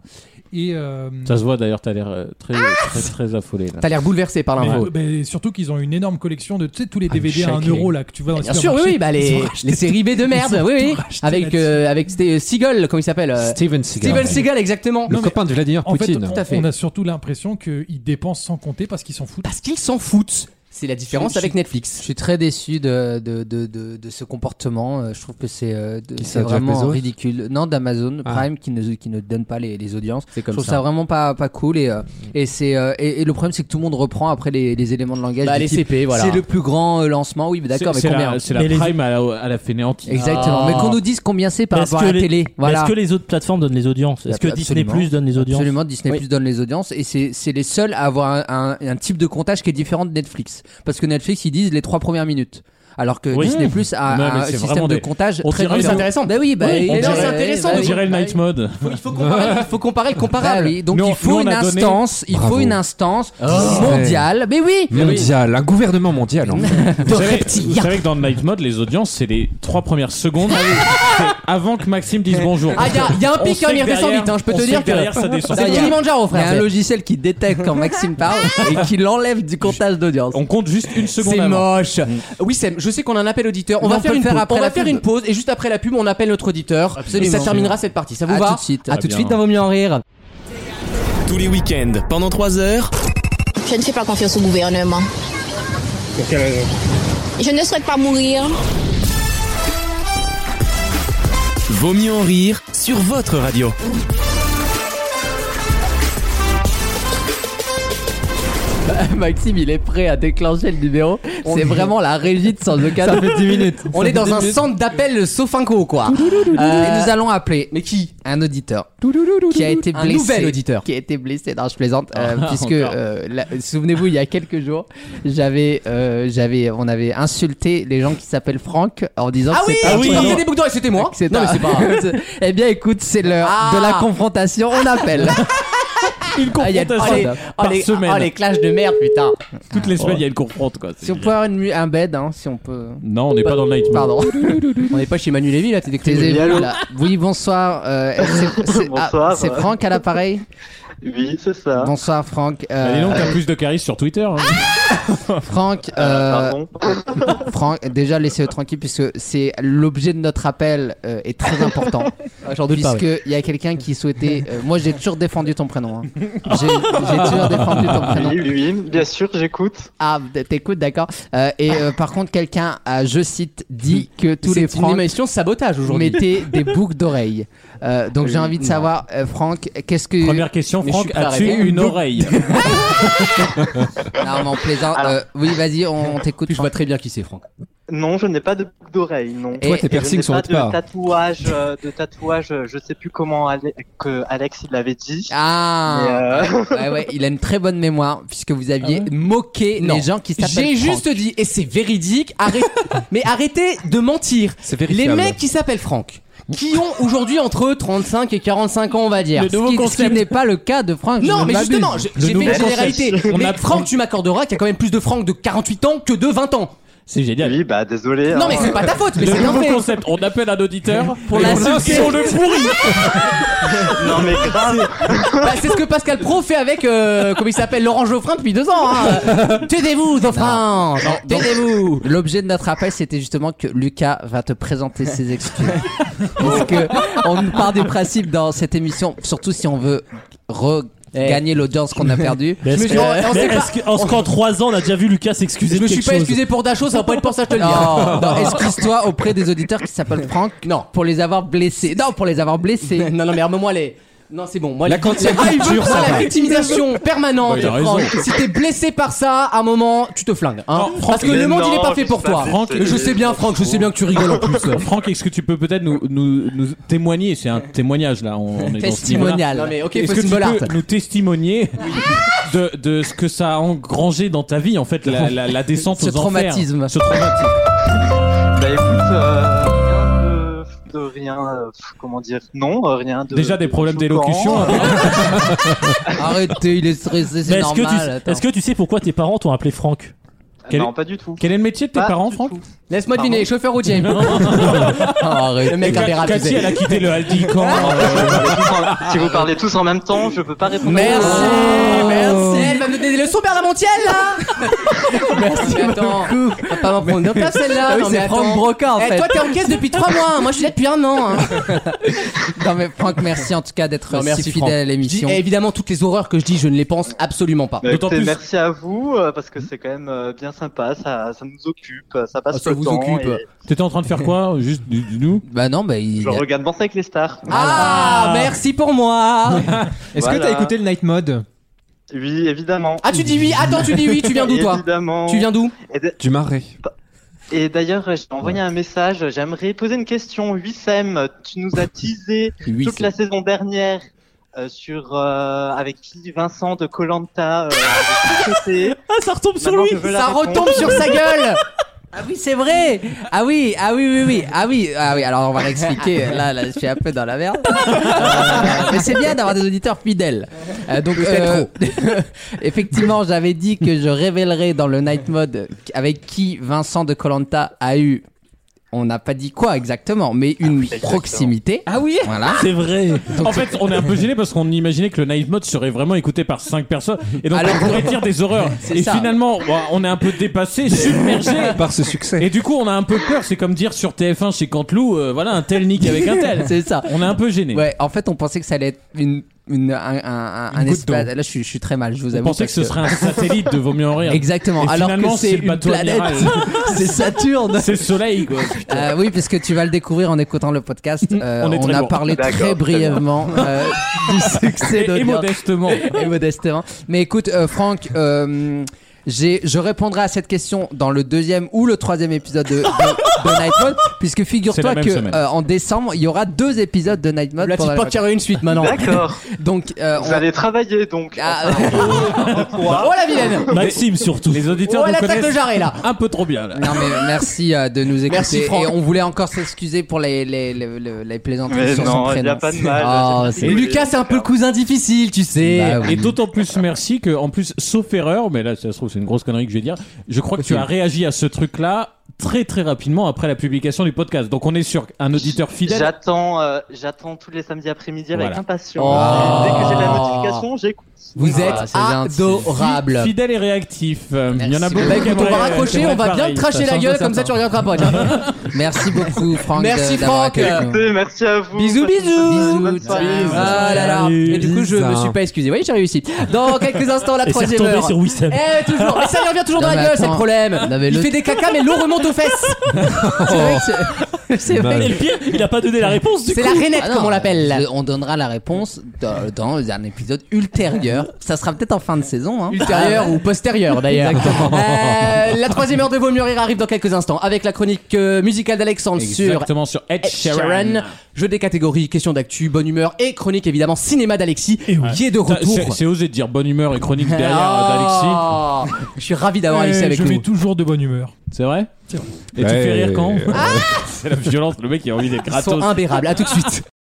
S3: Et euh,
S5: Ça se voit d'ailleurs, t'as l'air euh,
S2: Ah,
S5: très, très, très affolé là.
S2: T'as l'air bouleversé par
S3: mais-
S2: l'info.
S3: mais surtout qu'ils ont une énorme collection de tu sais, tous les
S6: Ah, le
S3: DVD à 1
S6: shaking.
S3: euro là que tu vois dans les
S2: Bien sûr, oui,
S3: supermarchés.
S2: oui, bah les,
S3: Ils ont racheté
S2: les séries B de merde,
S3: ils ont
S2: oui, oui,
S3: tout racheté
S2: avec
S3: là-dessus.
S2: euh, avec c'était Seagull, comment il s'appelle euh,
S10: Steven Seagal.
S2: Steven Seagal, exactement.
S10: Le copain de Vladimir
S3: En fait,
S10: Poutine.
S3: on,
S2: à fait.
S3: on a surtout l'impression qu'ils dépensent sans compter parce qu'ils s'en foutent.
S2: Parce qu'ils s'en foutent. C'est la différence
S6: Je- je-
S2: avec Netflix.
S6: Je suis très déçu de, de, de, de, de ce comportement. Euh, Je trouve que c'est euh, de-
S2: Qui
S6: c'est
S2: ça, Jeff
S6: vraiment
S2: Bezos
S6: ridicule. Non, d'Amazon
S2: Ah.
S6: Prime qui ne, qui ne donne pas les, les audiences.
S2: comme
S6: je trouve ça.
S2: ça.
S6: vraiment pas, pas cool. Et, euh, et, c'est, euh, et, et le problème, c'est que tout le monde reprend après les, les éléments de langage.
S2: Bah,
S6: du
S2: les
S6: type,
S2: CP, voilà.
S6: C'est le plus grand euh, lancement. Oui, mais d'accord, mais
S5: C'est la-
S6: combien
S5: C'est la
S6: Mais les-
S5: prime à la, à la fainéantise.
S6: Exactement. Mais qu'on nous dise combien c'est par
S7: Est-ce
S6: rapport
S7: Ah.
S6: à
S7: que
S6: la
S7: les-
S6: télé.
S7: mais
S6: Voilà.
S7: Est-ce que les autres plateformes donnent les audiences Est-ce que Disney
S6: Absolument.
S7: Plus donne les audiences
S6: Absolument, Disney
S7: Oui.
S6: Plus donne les audiences et c'est c'est les seuls à avoir un, un- un type de comptage qui est différent de Netflix. Parce que Netflix, ils disent les trois premières minutes. Alors que
S5: Oui.
S6: Disney
S5: Mmh.
S6: Plus a
S5: Non, mais
S6: un
S5: c'est
S6: système
S5: vraiment
S6: de
S5: des-
S6: comptage
S5: On
S6: très
S5: dirait-
S6: différent.
S5: c'est intéressant.
S6: Bah oui, bah,
S5: Ah, Oui,
S6: oui,
S5: on
S6: bah
S5: dirait-
S6: oui, bah oui.
S5: On dirait le night mode.
S2: Il faut comparer le comparable.
S6: Bah oui, donc
S5: Nous,
S6: il faut
S5: nous, on
S6: une
S5: a donné-
S6: instance, il faut
S10: Bravo.
S6: une instance
S10: Oh.
S6: mondiale. Mais oui,
S10: Mondial, un gouvernement mondial. hein.
S5: Vous savez, vous savez que dans le night mode, les audiences, c'est les trois premières secondes C'est avant que Maxime dise bonjour.
S2: Ah, il y a- il y, a un
S5: On
S2: pic,
S5: sait
S2: hein,
S5: que
S2: il redescend
S5: derrière-
S2: vite, hein, je peux
S5: on
S2: te
S5: sait
S2: dire
S5: que
S2: que.
S5: derrière, ça descend.
S2: C'est le Kilimanjaro,
S6: Il y a
S2: frère.
S6: (laughs) un logiciel qui détecte quand Maxime parle et qui l'enlève du comptage d'audience.
S5: On compte juste une seconde
S2: C'est
S5: avant.
S2: moche. Oui, Sam, je sais qu'on a un appel auditeur. On
S6: Mais
S2: va
S6: on
S2: faire
S6: peut
S2: une
S6: le faire
S2: pause.
S6: après
S2: on
S6: la
S2: va faire
S6: pub.
S2: une pause et juste après la pub, on appelle notre auditeur.
S5: Absolument.
S2: Et ça terminera cette partie. Ça vous
S6: À
S2: va
S6: tout de (laughs) suite.
S2: À tout de suite, ça vaut mieux en rire.
S1: Tous les week-ends, pendant 3 heures.
S9: Je ne fais pas confiance au gouvernement. Je ne souhaite pas mourir.
S1: Vaut mieux en rire sur votre radio.
S6: Maxime, il est prêt à déclencher le numéro. C'est vraiment la régie de sans aucun doute.
S4: 10 minutes.
S2: On est dans un centre d'appel Sofinco, quoi. Euh,
S6: Et nous allons appeler
S2: Mais qui
S6: un auditeur qui a été
S2: Un
S6: blessé.
S2: nouvel auditeur.
S6: Qui a été blessé. Non, je plaisante. euh,
S5: Ah,
S6: puisque,
S5: encore.
S6: euh, la- souvenez-vous, il y a quelques jours, j'avais, euh, j'avais, on avait insulté les gens qui s'appellent Franck en disant
S2: Ah
S6: que
S2: oui,
S6: c'était un
S2: qui
S6: prénom.
S2: portait des boucles d'oreilles, c'était moi.
S6: C'est
S2: Non, mais c'est pas.
S6: (laughs) eh bien, écoute, c'est l'heure
S2: Ah.
S6: de la confrontation. On appelle.
S5: Une
S6: Ah, il y a
S5: confrontation
S6: trois-
S5: par
S2: Oh les,
S5: semaine.
S6: Ah,
S2: oh, les clashs de merde, putain.
S5: Toutes les semaines, il y a une confronte. Quoi.
S6: si on peut avoir une mu- un bed, hein, si on peut.
S5: Non, on n'est pas dans le night mode.
S6: (laughs) Pardon.
S2: On n'est pas chez Manu Lévy là, t'es
S6: Tes
S2: décrit.
S6: élus, là. Oui, bonsoir. euh,
S13: (laughs)
S6: c'est- c'est- ah,
S13: Bonsoir.
S6: c'est Franck à l'appareil.
S13: Oui, c'est ça.
S6: Bonsoir, Franck. Euh,
S5: Bah, dis donc, t'as plus de charisme sur Twitter. hein.
S2: Ah,
S6: Franck, euh,
S13: Pardon.
S6: (laughs) Franck, déjà laissez-le tranquille puisque c'est l'objet de notre appel euh, est très important.
S2: (laughs) Ah,
S6: Puisque il y a quelqu'un qui souhaitait. euh, moi, j'ai toujours défendu ton prénom. hein. J'ai
S2: (laughs)
S6: j'ai toujours défendu ton prénom.
S13: Oui, oui, oui, bien sûr, j'écoute.
S6: Ah, t'écoutes, d'accord. Euh, et euh, par contre, quelqu'un a, je cite, dit que tous les
S2: C'est une
S6: Franck
S2: émission sabotage aujourd'hui.
S6: mettaient des boucles d'oreilles. Euh, donc j'ai envie de savoir, euh, Franck, qu'est-ce que
S5: Première question,
S2: Mais je
S5: Franck,
S2: suis pas
S5: as-tu
S2: arrivé.
S5: une oreille (laughs)
S6: Non, mais en plaisant.
S13: Alors-
S6: euh, oui, vas-y, on, on t'écoute.
S2: Je vois
S6: Franck.
S2: très bien qui c'est, Franck.
S13: Non, je n'ai pas de boucle d'oreille, non.
S6: Et- Toi,
S10: tes
S13: je n'ai
S10: piercings sont
S13: pas
S10: autre part.
S13: de tatouage, euh, de tatouage, euh, je sais plus comment Ale- que Alex il l'avait dit. mais,
S6: Ah.
S13: euh,
S6: Ouais, ouais, il a une très bonne mémoire puisque vous aviez moqué
S2: Ah Non.
S6: les gens qui s'appellent.
S2: J'ai
S6: Franck.
S2: juste dit, et c'est véridique,
S6: (laughs)
S2: arrête- mais arrêtez de mentir.
S10: C'est
S2: Les
S10: vérifiable.
S2: mecs qui s'appellent Franck, qui ont aujourd'hui entre 35 et 45 ans, on va dire.
S5: Le nouveau
S6: Ce qui- ce qui
S5: concept.
S6: n'est pas le cas de Franck. je
S2: Non,
S6: ne
S2: mais
S6: m'abuse.
S2: justement, je-
S5: Le
S2: j'ai fait
S5: nouveau
S2: une
S13: concept.
S2: généralité.
S5: On
S2: mais
S5: a-
S2: Franck, tu m'accorderas qu'il y a quand même plus de Franck de 48 ans que de 20 ans.
S5: C'est génial.
S13: oui, bah désolé. hein.
S2: Non, mais c'est pas ta faute, mais
S5: Le
S2: c'est bien
S5: nouveau
S2: fait.
S5: concept, on appelle un auditeur pour
S2: Et
S5: la
S2: on l'insulte.
S5: on le pourrit.
S13: Non, mais grave.
S2: Bah, c'est ce que Pascal Pro fait avec, euh, comment il s'appelle, Laurent Geoffrin depuis deux ans. hein. (laughs) Taisez-vous, Geoffrin Taisez-vous
S6: L'objet de notre appel, c'était justement que Lucas va te présenter
S2: (laughs)
S6: ses excuses. Parce que on part du principe dans cette émission, surtout si on veut regagner l'audience qu'on
S2: (laughs)
S6: a perdue.
S7: Mais est-ce
S2: Eh. Je
S7: que-
S2: me suis- on
S7: mais
S2: sait pas-
S7: est-ce que- est-ce qu'en 3 ans, on a déjà vu Lucas s'excuser
S2: Je
S7: de
S2: me suis
S7: quelque
S2: pas
S7: chose
S2: excusé pour Dacho, ça va pas être pour ça, je te le dis.
S6: Non, non, excuse-toi auprès des auditeurs qui s'appellent Franck. Non, pour les avoir blessés. Non, pour les avoir blessés.
S2: (laughs) Non, non, mais arme-moi les. Non, c'est bon. Moi,
S10: La
S2: les-
S10: quantième
S2: Ah, il veut
S10: culture,
S2: prendre
S10: ça
S2: la
S10: va.
S2: victimisation permanente.
S5: Bah, il a
S2: Franck.
S5: raison.
S2: si t'es blessé par ça, à un moment, tu te flingues. hein.
S5: Non,
S2: Parce que le
S13: mais
S2: monde, il est
S13: non,
S2: pas
S13: je
S2: fait
S13: suis
S2: pour
S13: pas
S2: toi.
S13: blessé.
S2: Franck, je sais bien, Franck, je sais bien que tu (laughs) rigoles en plus.
S5: (laughs) Franck, est-ce que tu peux peut-être nous, nous, nous témoigner C'est un témoignage là. On, on est dans ce niveau-là.
S6: Testimonial.
S2: Non, mais ok,
S5: Est-ce que
S2: Faustine
S5: tu
S2: Bollard.
S5: peux nous testimonier de, de ce que ça a engrangé dans ta vie en
S2: (laughs)
S5: fait la, la, la descente
S6: Ce
S5: aux
S6: traumatisme.
S5: enfers Ce traumatisme.
S13: Bah écoute, euh, rien de, de rien, euh, pff, comment dire, non, euh, rien de.
S5: Déjà des
S13: de
S5: problèmes
S13: choquant. (laughs)
S5: d'élocution. hein.
S6: Arrêtez, il est stressé,
S7: Mais
S6: c'est
S7: est-ce que,
S6: normal.
S7: tu,
S6: attends.
S7: est-ce que tu sais pourquoi tes parents t'ont appelé Franck
S5: Quel-
S13: Ah, Non, pas du tout.
S5: Quel est le métier de tes
S6: Bah,
S13: Pas
S5: parents,
S13: du
S5: Franck
S13: tout.
S2: Laisse-moi deviner,
S13: Pardon
S2: chauffeur routier. (laughs)
S6: Oh, arrête.
S2: Le
S5: (laughs)
S2: mec a
S5: Ka- Cathy,
S2: dérapé.
S5: elle a quitté le Aldi
S6: (laughs)
S5: quand
S13: Si vous parlez tous en même temps, je peux pas répondre.
S2: Merci,
S6: Oh.
S2: merci. Elle va me donner des leçons, Bernard Montiel, là. merci, mais attends. T'as pas m'en prendre dans ta celle-là.
S6: Ah oui,
S2: non,
S6: c'est
S2: mais
S6: Franck
S2: attends.
S6: Broca, en
S2: Eh,
S6: fait.
S2: Toi, t'es en caisse depuis 3 mois. Moi, je suis là depuis un an. (laughs) hein.
S6: Non, mais Franck, merci en tout cas d'être
S2: Non,
S6: si
S2: merci,
S6: fidèle
S2: Franck.
S6: à
S2: Je dis,
S6: l'émission.
S2: eh, évidemment, toutes les horreurs que je dis, je ne les pense absolument pas.
S13: Bah,
S5: D'autant
S13: écoutez,
S5: plus-
S13: Merci à vous, euh, parce que c'est quand même euh, bien sympa, ça, ça nous occupe, euh, ça passe
S5: Ah, ça
S13: le
S5: vous
S13: temps.
S5: occupe.
S13: et
S5: T'étais en train de faire quoi Juste du, du nous
S6: Bah non, bah il.
S13: Je regarde danser avec les stars.
S2: Ah, merci pour moi
S4: Est-ce que
S13: Voilà.
S4: t'as écouté le Night Mode
S13: Oui, évidemment.
S2: Ah, tu dis oui, attends, tu dis oui, tu viens d'où, toi
S13: Évidemment. Eh ben,
S2: Tu viens d'où
S13: Et de-
S10: Du marais.
S13: Et d'ailleurs, j'ai envoyé un message, j'aimerais poser une question. Wissem, tu nous as teasé
S6: Wissem.
S13: toute la saison dernière euh, sur euh, avec qui Vincent de Colanta. euh,
S7: (laughs) Ah, ça retombe
S13: sur lui.
S2: Ça retombe sur
S13: (laughs)
S2: sa gueule Ah oui, c'est vrai Ah oui, ah oui, oui, oui, ah oui, ah oui, alors on va
S13: (laughs)
S2: réexpliquer, là, là, je suis un peu dans la merde. Euh, mais c'est bien d'avoir des auditeurs fidèles. Euh, donc, euh, effectivement, j'avais dit que je révélerais dans le Night Mode avec qui Vincent de Colanta a eu, on n'a pas dit quoi exactement, mais
S5: Ah,
S2: une proximité. Ah oui Voilà.
S7: C'est vrai.
S5: En fait, on est un peu gêné parce qu'on imaginait que le Night Mode serait vraiment écouté par 5 personnes et donc
S2: Alors-
S5: on pourrait dire des
S6: (laughs)
S5: horreurs.
S2: C'est
S5: Et
S2: ça.
S5: finalement, bah, on est un peu dépassé,
S6: (laughs)
S5: submergé.
S10: Par ce succès.
S5: Et du coup, on a un peu peur. C'est comme dire sur TF1 chez Canteloup, euh, voilà, un tel nick avec un tel.
S6: (laughs) C'est ça.
S5: On est un peu gêné.
S6: Ouais, en fait, on pensait que ça allait être une, une- un, un, un
S5: Une goutte
S6: espace. Là, je suis, je suis très mal, je vous
S5: On
S6: avoue.
S5: pensait que ce
S6: parce
S5: serait un satellite de Vaut mieux en rire.
S6: (laughs) Exactement.
S5: Et
S6: Alors
S5: finalement,
S6: que c'est
S5: c'est le
S6: une
S5: bateau
S6: planète.
S5: amiral.
S6: (laughs) c'est Saturne.
S5: C'est le soleil, quoi.
S6: Euh, oui, parce que tu vas le découvrir en écoutant le podcast. Euh,
S5: (laughs) On est très
S6: a
S5: bon.
S6: parlé
S13: D'accord,
S6: très
S13: très
S6: brièvement euh,
S5: (laughs)
S6: du succès
S5: Et, et
S6: d'audience.
S2: (laughs)
S5: modestement.
S6: Et modestement. Mais écoute, euh, Franck, euh, j'ai- je répondrai à cette question dans le deuxième ou le troisième épisode de, de,
S2: (laughs)
S6: de Night Mode, puisque
S5: C'est
S6: figure-toi
S5: la même
S6: que
S5: semaine.
S6: euh, en décembre, il y aura deux épisodes de Night Mode.
S2: Là, tu
S6: pendant la
S2: pas qu'il y aurait une suite maintenant.
S13: D'accord.
S6: (laughs) Donc, euh,
S13: Vous
S6: on...
S13: allez travailler donc.
S6: Ah, Bah,
S2: Oh la vilaine
S7: Maxime surtout.
S5: Les auditeurs
S2: Oh
S5: nous
S2: l'attaque de
S5: connaissent
S2: Jarret là
S5: un peu trop bien, là.
S6: Non mais merci euh, de nous écouter
S2: Merci, Franck.
S6: et on voulait encore s'excuser pour les les, les, les- les plaisanteries
S13: Mais
S6: sur son
S13: non, il
S6: prénom.
S13: n'y a pas de mal.
S6: Oh,
S13: C'est-
S2: Et Lucas, c'est un peu le cousin difficile, tu sais.
S6: Bah oui.
S5: Et d'autant plus merci que, en plus, sauf erreur, mais là, ça se trouve, c'est une grosse connerie que je vais dire, je crois que tu as réagi à ce truc-là très très rapidement après la publication du podcast. Donc on est sur un auditeur fidèle.
S13: J'attends, euh, j'attends tous les samedis après-midi avec
S5: Voilà.
S13: impatience.
S6: Oh.
S13: Dès que j'ai la notification, j'écoute.
S6: Vous
S13: Ah,
S6: êtes
S2: c'est gentil.
S6: adorable.
S5: Fidèle et réactif. Euh, Il y en a
S6: Merci.
S5: beaucoup.
S2: Bah écoute, on
S5: qui
S2: va
S5: aimeraient- euh, qui
S2: raccrocher,
S5: aimeraient
S2: on va bien
S5: pareil.
S2: te cracher
S5: Ça
S2: la
S5: change
S2: gueule,
S5: de
S2: comme ça tu
S5: certains.
S2: regarderas pas.
S6: (laughs) Merci beaucoup Franck.
S2: Merci,
S6: de- d'avoir
S2: Franck.
S6: accueilli nous.
S13: Écoutez, merci à vous.
S2: Bisous,
S13: Passez une
S2: bisous.
S13: bonne
S6: Bisous.
S13: soirée.
S2: Oh là là. Et du coup, je me suis pas excusé. Vous voyez, j'ai réussi. Dans quelques instants, la
S7: Et c'est
S2: troisième
S7: retombé
S2: heure.
S7: sur
S5: (laughs)
S7: Wissem.
S2: Eh, toujours. Mais ça lui revient toujours
S6: Non,
S2: dans la
S6: mais
S2: gueule, c'est le
S6: attends.
S2: problème.
S6: Non, mais
S2: Il
S6: le- Oh.
S2: fait des cacas, mais l'eau remonte aux fesses.
S6: (laughs) C'est vrai que c'est- c'est vrai.
S7: Et le pire, il a pas donné la réponse du
S2: C'est
S7: coup.
S2: la rainette,
S6: Ah non,
S2: comme on l'appelle.
S6: je- On donnera la réponse dans, dans un épisode
S2: (laughs)
S6: ultérieur. Ça sera peut-être en fin de saison. Hein.
S2: Ultérieure ou postérieure, d'ailleurs. Euh, la troisième heure de Vaut mieux rire arrive dans quelques instants avec la chronique euh, musicale d'Alexandre sur
S5: Exactement sur Ed
S2: Ed Sheeran.
S5: Sheeran.
S2: Jeu des catégories, question d'actu, bonne humeur et chronique évidemment cinéma d'Alexis qui est de
S5: Putain,
S2: retour.
S5: c'est- C'est osé de dire bonne humeur
S2: (laughs)
S5: et chronique derrière euh,
S2: Ah, Je suis ravi d'avoir
S3: Eh,
S2: Alexis avec
S3: je
S2: nous.
S3: suis toujours de bonne humeur.
S5: d'Alexis. C'est vrai
S3: C'est vrai.
S5: Et tu
S10: Ouais.
S5: fais rire quand (laughs) C'est la violence, le mec il a envie d'être
S2: Ils sont
S5: gratos.
S2: imbérables. À tout de suite.